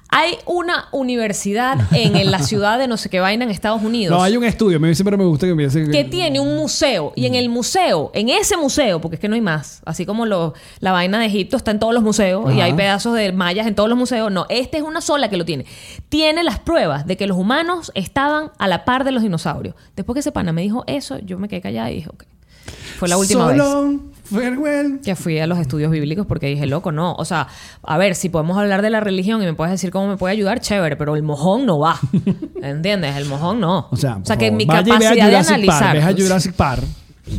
Hay una universidad en, en la ciudad de no sé qué vaina en Estados Unidos No, hay un estudio. Me, siempre me gusta que me dicen que tiene un museo y en el museo, en ese museo, porque es que no hay más, así como lo- la vaina de Egipto está en todos los museos y Ajá. hay pedazos de mallas en todos los museos, no, esta es una sola que lo tiene. Tiene las pruebas de que los humanos estaban a la par de los dinosaurios. Después que ese pana me dijo eso, yo me quedé callada y dije, ok. Fue la última vez. Solo, farewell. Que fui a los estudios bíblicos porque dije, loco, no. O sea, a ver, si podemos hablar de la religión y me puedes decir cómo me puede ayudar, chévere, pero el mojón no va. ¿Entiendes? El mojón no. O sea, por que favor, mi vaya y vea capacidad de Jurassic Park, analizar. ves a Jurassic Park.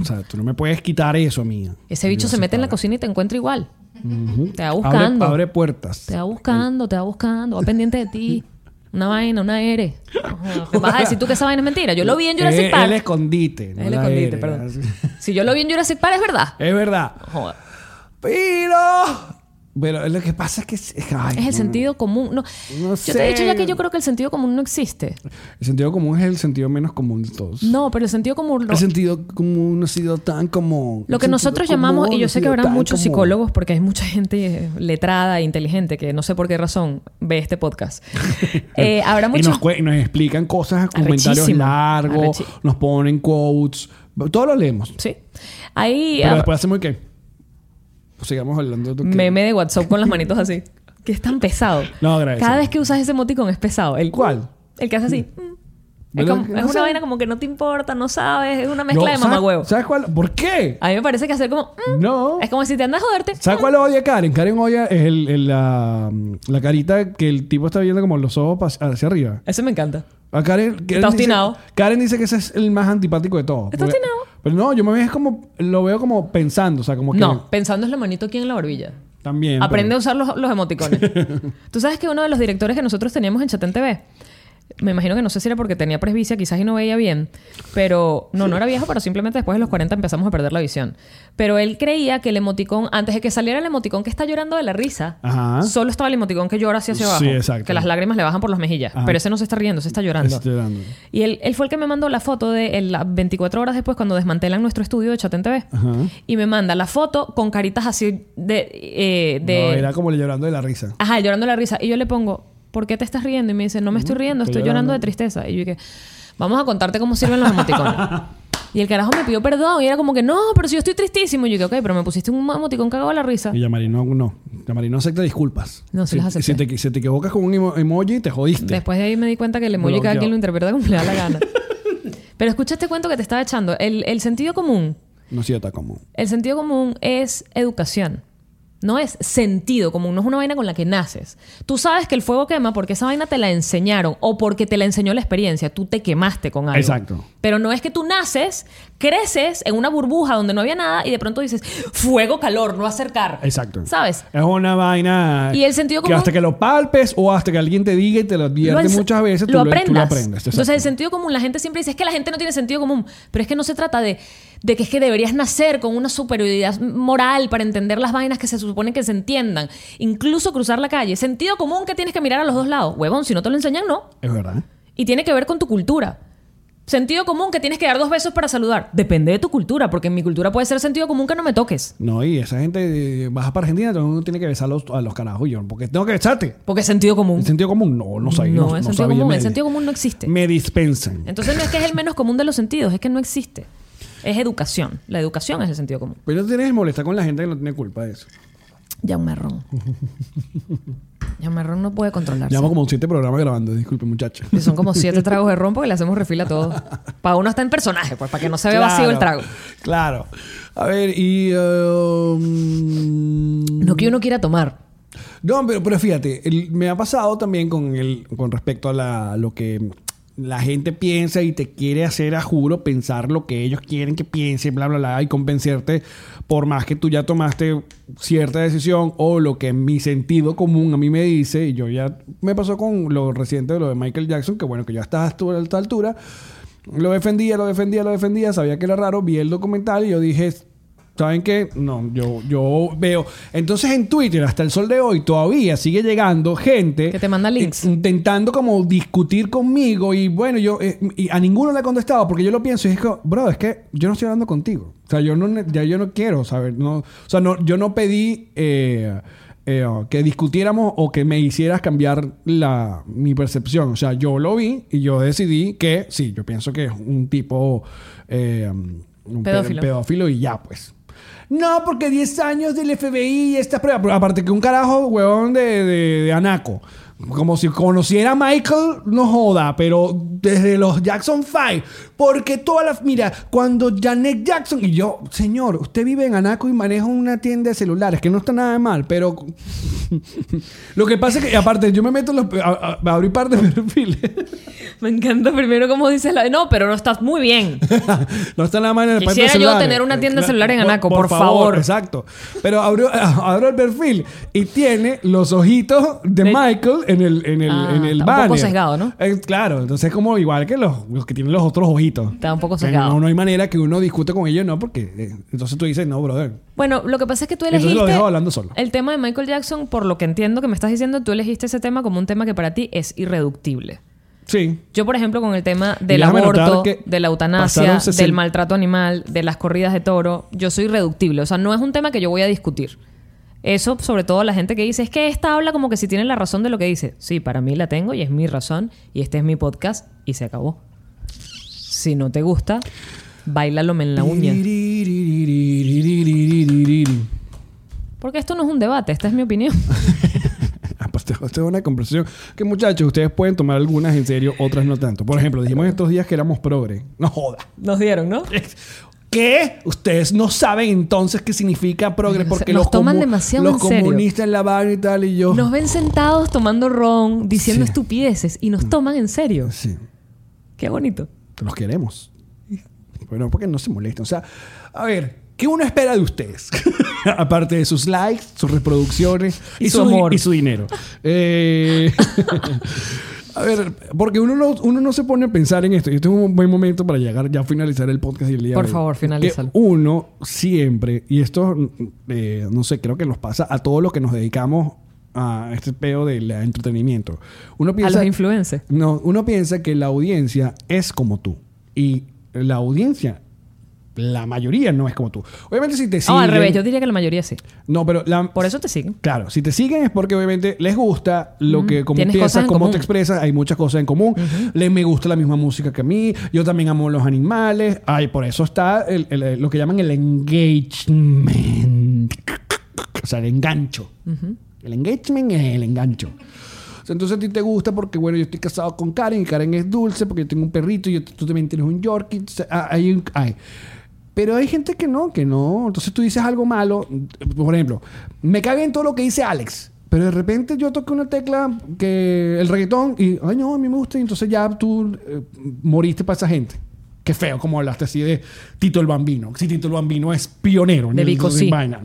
O sea, tú no me puedes quitar eso, mía. Ese bicho se mete en la cocina y te encuentra igual. Te va Abre, buscando. abre puertas. Te va buscando, te va buscando, va pendiente de ti. Una vaina, una ere. Ajá. ¿Me vas a decir tú que esa vaina es mentira? Yo lo vi en Jurassic Eh, Park. El escondite. no El la escondite, era. perdón. Si yo lo vi en Jurassic Park, es verdad. Es verdad. Joder. Pero. Pero lo que pasa es que. Es ay, Es el no. sentido común. No, No yo te he dicho ya sé. que yo creo que el sentido común no existe. El sentido común es el sentido menos común de todos. No, pero el sentido común. no- El sentido común no ha sido tan común. Lo El que sentido nosotros común llamamos, y no ha yo sé que sido habrá tan muchos común. psicólogos, porque hay mucha gente eh, letrada e inteligente que no sé por qué razón ve este podcast. Eh, habrá Y muchos. nos, cue- y nos explican cosas, comentarios Arrechísimo. largos, Arrechi- nos ponen quotes. Todo lo leemos. Sí. Ahí. Pero ah, después hacemos qué. Pues sigamos hablando de qué. meme de WhatsApp con las manitos así. Que es tan pesado. No, agradecido. Cada vez que usas ese emoticón es pesado. El, ¿Cuál? El que hace así. mm. Es, Mm. ¿Verdad? como- No es una sé. vaina como que no te importa, no sabes, es una mezcla No, de ¿sabes- mamagüevo. ¿Sabes cuál? ¿Por qué? A mí me parece que hacer como. mm, No. Es como si te andas a joderte. ¿Sabes mm, cuál odia Karen? Karen odia es el- el, la, la carita que el tipo está viendo como los ojos pas- hacia arriba. Ese me encanta. A Karen, Karen dice- obstinado. Karen dice que ese es el más antipático de todos. Está Porque- obstinado. Pero no, yo me veo como, lo veo como pensando, o sea, como que No, pensando es la manito aquí en la barbilla. también. Aprende a pero- usar los, los emoticones. Tú sabes que uno de los directores que nosotros teníamos en Chatén TV, me imagino que no sé si era porque tenía presbicia, quizás y no veía bien, pero no, no era viejo, pero simplemente después de los 40 empezamos a perder la visión. Pero él creía que el emoticón, antes de que saliera el emoticón que está llorando de la risa, Ajá. solo estaba el emoticón que llora hacia, hacia Sí, abajo. exacto. Que las lágrimas le bajan por las mejillas. Ajá. Este Pero ese no se está riendo, se está llorando. Está llorando. Y él, él fue el que me mandó la foto de el- la- 24 horas después cuando desmantelan nuestro estudio de Chatén TV. Ajá. Y me manda la foto con caritas así de... eh, de No, era como le llorando de la risa. Ajá, llorando la risa. Y yo le pongo, ¿por qué te estás riendo? Y me dice, no me estoy riendo, estoy estoy llorando llorando. de tristeza. Y yo dije, vamos a contarte cómo sirven los emoticones. y el carajo me pidió perdón. Y era como que, no, pero si yo estoy tristísimo. Y yo dije, ok, pero me pusiste un emoticón cagado a la risa. Y Yamari no, no. Yamari no acepta disculpas. No, sí si, las acepté. si te, si te equivocas con un emo- emoji, te jodiste. Después de ahí me di cuenta que el emoji cada Bloqueado. quien lo interpreta como le da la gana. pero escucha este cuento que te estaba echando. El, el sentido común. No sí, está como. El sentido común es educación. No es sentido común, no es una vaina con la que naces. Tú sabes que el fuego quema porque esa vaina te la enseñaron o porque te la enseñó la experiencia. Tú te quemaste con algo. Exacto. Pero no es que tú naces, creces en una burbuja donde no había nada y de pronto dices, fuego, calor, no acercar. Exacto. ¿Sabes? Es una vaina. Y el sentido Que común- hasta que lo palpes o hasta que alguien te diga y te Lo lo advierte ens- muchas veces, tú lo tú aprendas. lo aprendes. exacto. Entonces, el sentido común, la gente siempre dice, es que la gente no tiene sentido común, pero es que no se trata de, de que es que deberías nacer con una superioridad moral para entender las vainas que se supone que se entiendan, incluso cruzar la calle. Sentido común que tienes que mirar a los dos lados. Huevón, si no te lo enseñan, no. Es verdad. Y tiene que ver con tu cultura. Sentido común que tienes que dar dos besos para saludar. Depende de tu cultura, porque en mi cultura puede ser sentido común que no me toques. No, y esa gente eh, baja para Argentina, todo el mundo tiene que besar a los, a los carajos. Y yo, porque tengo que besarte. Porque es sentido común. El sentido común, no, no sabía. No, No, el no sentido sabía, común- me- el sentido común no existe. Me dispensan. Entonces no es que es el menos común de los sentidos, es que no existe. Es educación. La educación es el sentido común. Pero tienes que molestar con la gente que no tiene culpa de eso. Ya un marrón. Ya un marrón no puede controlarse. Llevamos como siete programas grabando, disculpe, muchacho. Y son como siete tragos de ron porque le hacemos refil a todos. Para uno está en personaje, pues, para que no se vea vacío el Claro, trago. Claro. A ver, y. um, No que uno quiera tomar. No, pero, pero fíjate, el- me ha pasado también con, el, con respecto a la- lo que la gente piensa y te quiere hacer a juro pensar lo que ellos quieren que piense, bla, bla, bla, y convencerte por más que tú ya tomaste cierta decisión o lo que mi sentido común a mí me dice, y yo ya me pasó con lo reciente de lo de Michael Jackson, que bueno, que ya estás tú a esta altura, lo defendía, lo defendía, lo defendía, sabía que era raro, vi el documental y yo dije, ¿saben qué? No, yo, yo veo. Entonces en Twitter, hasta el sol de hoy, todavía sigue llegando gente. Que te manda links. in- Intentando como discutir conmigo y bueno, yo eh, y a ninguno le he contestado porque yo lo pienso y es que, bro, es que yo no estoy hablando contigo. O sea, yo no, ne- ya yo no quiero saber, no, o sea, no, yo no pedí... eh, eh, oh, que discutiéramos o que me hicieras cambiar la, mi percepción. O sea, yo lo vi y yo decidí que sí, yo pienso que es un tipo eh, un pe- Pedófilo. pedófilo y ya, pues. No, porque 10 años del FBI y estas pruebas. Pero Aparte que un carajo, huevón, de, de- de Anaco. Como si conociera a Michael, no joda, pero desde los Jackson 5. Porque todas las. Mira, cuando Janet Jackson. Y yo, señor, usted vive en Anaco y maneja una tienda de celulares, que no está nada de mal, pero. Lo que pasa es que, aparte, yo me meto en los. A, a- a abrir par de perfiles. Me encanta primero como dices la... No, pero no estás muy bien. no está nada mal en el país de Quisiera yo celulares. tener una tienda de celulares en Por- Anaco, por favor. Exacto. Pero abro, abro el perfil y tiene los ojitos de De- Michael en el, en el, Ah, en el está un banner. poco sesgado, ¿no? Eh, claro, entonces es como igual que los, los que tienen los otros ojitos. Está un poco O sea, sesgado. No, no hay manera que uno discute con ellos, no, porque eh, entonces tú dices, no, brother. Bueno, lo que pasa es que tú Entonces elegiste lo dejo hablando solo. el tema de Michael Jackson, por lo que entiendo que me estás diciendo, tú elegiste ese tema como un tema que para ti es irreductible. Sí. Yo, por ejemplo, con el tema del déjame notar aborto, que de la eutanasia, pasaron sesen- del maltrato animal, de las corridas de toro, yo soy irreductible. O sea, no es un tema que yo voy a discutir. Eso, sobre todo, la gente que dice, es que esta habla como que si tiene la razón de lo que dice. Sí, para mí la tengo y es mi razón y este es mi podcast y se acabó. Si no te gusta, bailalo en la uña. Tiriririririririririri. Porque esto no es un debate, esta es mi opinión. Ah, pues, Esto, esto es una conversación que, muchachos, ustedes pueden tomar algunas en serio, otras no tanto. Por ejemplo, dijimos estos días que éramos progre. No joda. Nos dieron, ¿no? ¿Qué? Ustedes no saben entonces qué significa progre porque Nos los, toman comu- demasiado los en serio. comunistas en la vaina y tal y yo. Nos ven sentados tomando ron, diciendo Sí. estupideces y nos toman en serio. Sí, Qué bonito. los queremos. Bueno, porque no se molestan. O sea, a ver, ¿qué uno espera de ustedes? Aparte de sus likes, sus reproducciones Y su amor. y su dinero. Eh, a ver, porque uno no, uno no se pone a pensar en esto. Y este es un buen momento para llegar ya a finalizar el podcast del día Por de hoy. favor, finalízalo. Que uno siempre, y esto, eh, no sé, creo que nos pasa a todos los que nos dedicamos a este pedo del entretenimiento. Uno piensa, a los influencers. no, uno piensa que la audiencia es como tú. Y la audiencia, la mayoría no es como tú. Obviamente si te Ah, siguen... al revés, yo diría que la mayoría sí. No, pero la- Por eso te siguen. Claro, si te siguen es porque obviamente les gusta lo que como Tienes piensas, cosas en cómo común. te expresas, hay muchas cosas en común. Le me gusta la misma música que a mí, yo también amo los animales. Ay, por eso está el- el- el- lo que llaman el engagement. O sea, el engancho. El engagement es el engancho. O sea, Entonces a ti te gusta porque, bueno, yo estoy casado con Karen y Karen es dulce porque yo tengo un perrito y yo- tú también tienes un Yorkie. O sea, ah, hay un- hay. Pero hay gente que no, que no. Entonces tú dices algo malo. Por ejemplo, me caga en todo lo que dice Alex. Pero de repente yo toco una tecla que el reggaetón y, ay, no, a mí me gusta. Y entonces ya tú eh, moriste para esa gente. Qué feo como hablaste así de Tito el Bambino. Si Tito el Bambino es pionero. en De el- Vico, sí. vaina.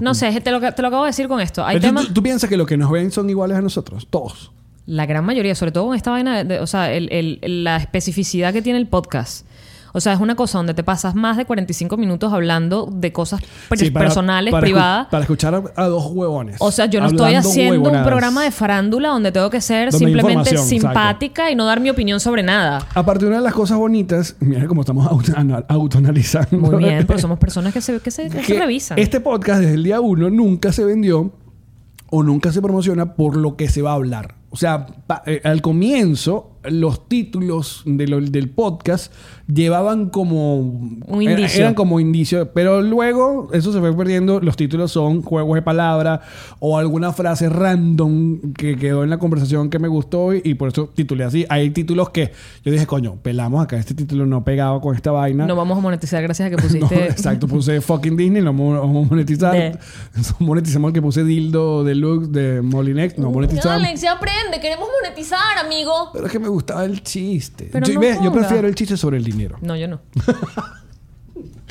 No sé, te lo, te lo acabo de decir con esto. Hay Pero tú- temas. tú, tú piensas que los que nos ven son iguales a nosotros, todos. La gran mayoría, sobre todo con esta vaina, de- de- o sea, el- el- el- la especificidad que tiene el podcast. O sea, es una cosa donde te pasas más de 45 minutos hablando de cosas per- Sí, para- personales, para escu- privadas. Para escuchar a, a dos huevones. O sea, yo no estoy hablando haciendo un huevonadas. programa de farándula donde tengo que ser Donde hay simplemente información, exacto. simpática y no dar mi opinión sobre nada. Aparte, una de las cosas bonitas, mira cómo estamos auto- ana- autoanalizando. Muy bien, pero somos personas que se, que se, que se Que revisan. Este podcast desde el día uno nunca se vendió o nunca se promociona por lo que se va a hablar. O sea, pa- eh, al comienzo, los títulos de lo- del podcast llevaban como... Un era- indicio. Eran como indicio, pero luego eso se fue perdiendo. Los títulos son juegos de palabra o alguna frase random que quedó en la conversación que me gustó y, y por eso titulé así. Hay títulos que yo dije, coño, pelamos acá, este título no pegaba con esta vaina. No vamos a monetizar gracias a que No, pusiste. exacto, puse fucking Disney, lo mo- vamos a monetizar. De- Monetizamos el que puse dildo deluxe de Molinex, Uh, no monetizamos. se aprende, queremos monetizar, amigo. Pero es que me gustaba el chiste. Pero yo, no ves, yo joda. prefiero el chiste sobre el dinero. No, yo no.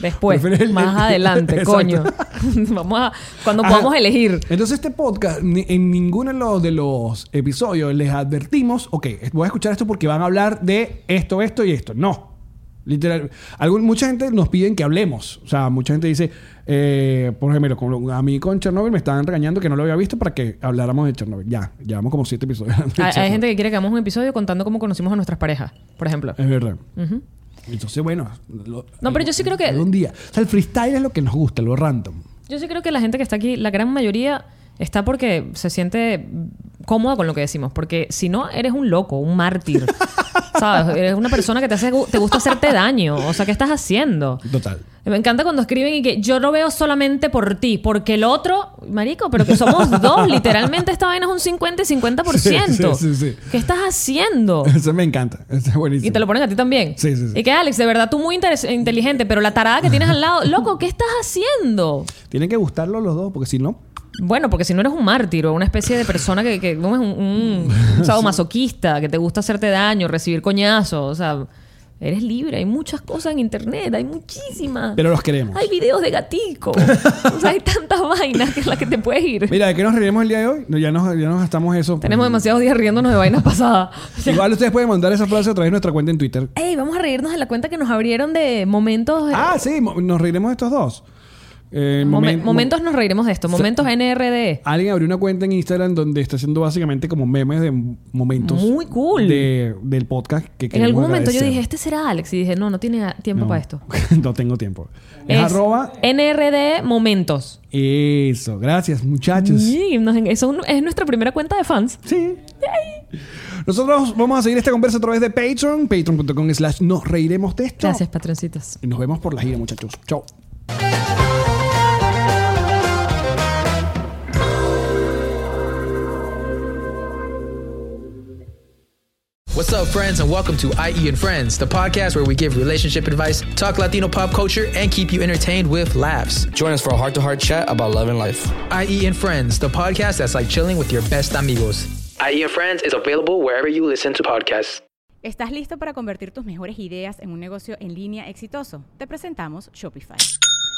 Después, Prefiero el- más el- adelante, Exacto. Ah. coño. Vamos a. Cuando Ajá. podamos elegir. Entonces este podcast, ni- en ninguno de los, de los episodios les advertimos, ok, voy a escuchar esto porque van a hablar de esto, esto y esto. No. Literal. Algún, mucha gente nos piden que hablemos. O sea, mucha gente dice, eh, por ejemplo, con- a mí con Chernobyl me estaban regañando que no lo había visto para que habláramos de Chernobyl. Ya, llevamos como siete episodios. hablando de Hay, hay Chernobyl. gente que quiere que hagamos un episodio contando cómo conocimos a nuestras parejas, por ejemplo. Es verdad. Entonces, bueno. lo- No, pero yo sí creo que- algún día. O sea, el freestyle es lo que nos gusta, lo random. Yo sí creo que la gente que está aquí, la gran mayoría está porque se siente cómoda con lo que decimos. Porque si no, eres un loco, un mártir. ¿Sabes? Eres una persona que te, hace, te gusta hacerte daño. O sea, ¿qué estás haciendo? Total. Me encanta cuando escriben y que yo lo veo solamente por ti, porque el otro, marico, pero que somos dos, literalmente esta vaina es un 50 y 50%. Sí, sí, sí, sí. ¿Qué estás haciendo? Eso me encanta. Eso es buenísimo. Y te lo ponen a ti también. Sí, sí, sí. Y que Alex, de verdad, tú muy interes- inteligente, pero la tarada que tienes al lado, loco, ¿qué estás haciendo? Tienen que gustarlo los dos, porque si no. Bueno, porque si no eres un mártir o una especie de persona que, que ¿cómo es un, un sadomasoquista, que te gusta hacerte daño, recibir coñazos, o sea, eres libre, hay muchas cosas en internet, hay muchísimas. Pero los queremos. Hay videos de gatico. o sea, hay tantas vainas que es la que te puedes ir. Mira, ¿de qué nos reiremos el día de hoy? No, ya, nos, ya nos gastamos eso. Tenemos demasiados días riéndonos de vainas pasadas. Igual ustedes pueden mandar esa frase a través de nuestra cuenta en Twitter. Ey, vamos a reírnos de la cuenta que nos abrieron de momentos. eh, Ah, sí, mo- nos reiremos de estos dos. Eh, momen- momen- momentos nos reiremos de esto. Momentos NRD. Alguien abrió una cuenta en Instagram donde está haciendo básicamente como memes de momentos. Muy cool. de- del podcast que En queremos algún momento yo agradecer. dije, este será Alex. Y dije, no, no tiene tiempo No, para esto. no tengo tiempo. Es, arroba. NRD Momentos. Eso. Gracias, muchachos. Sí, nos en- eso es nuestra primera cuenta de fans. Sí. Nosotros vamos a seguir esta conversa a través de Patreon. Patreon.com slash nos reiremos de esto. Gracias, patroncitas. Y nos vemos por la gira, muchachos. Chao. What's up, friends, and welcome to IE and Friends, the podcast where we give relationship advice, talk Latino pop culture, and keep you entertained with laughs. Join us for a heart to heart chat about love and life. IE and Friends, the podcast that's like chilling with your best amigos. IE E and Friends is available wherever you listen to podcasts. ¿Estás listo para convertir tus mejores ideas en un negocio en línea exitoso? Te presentamos Shopify.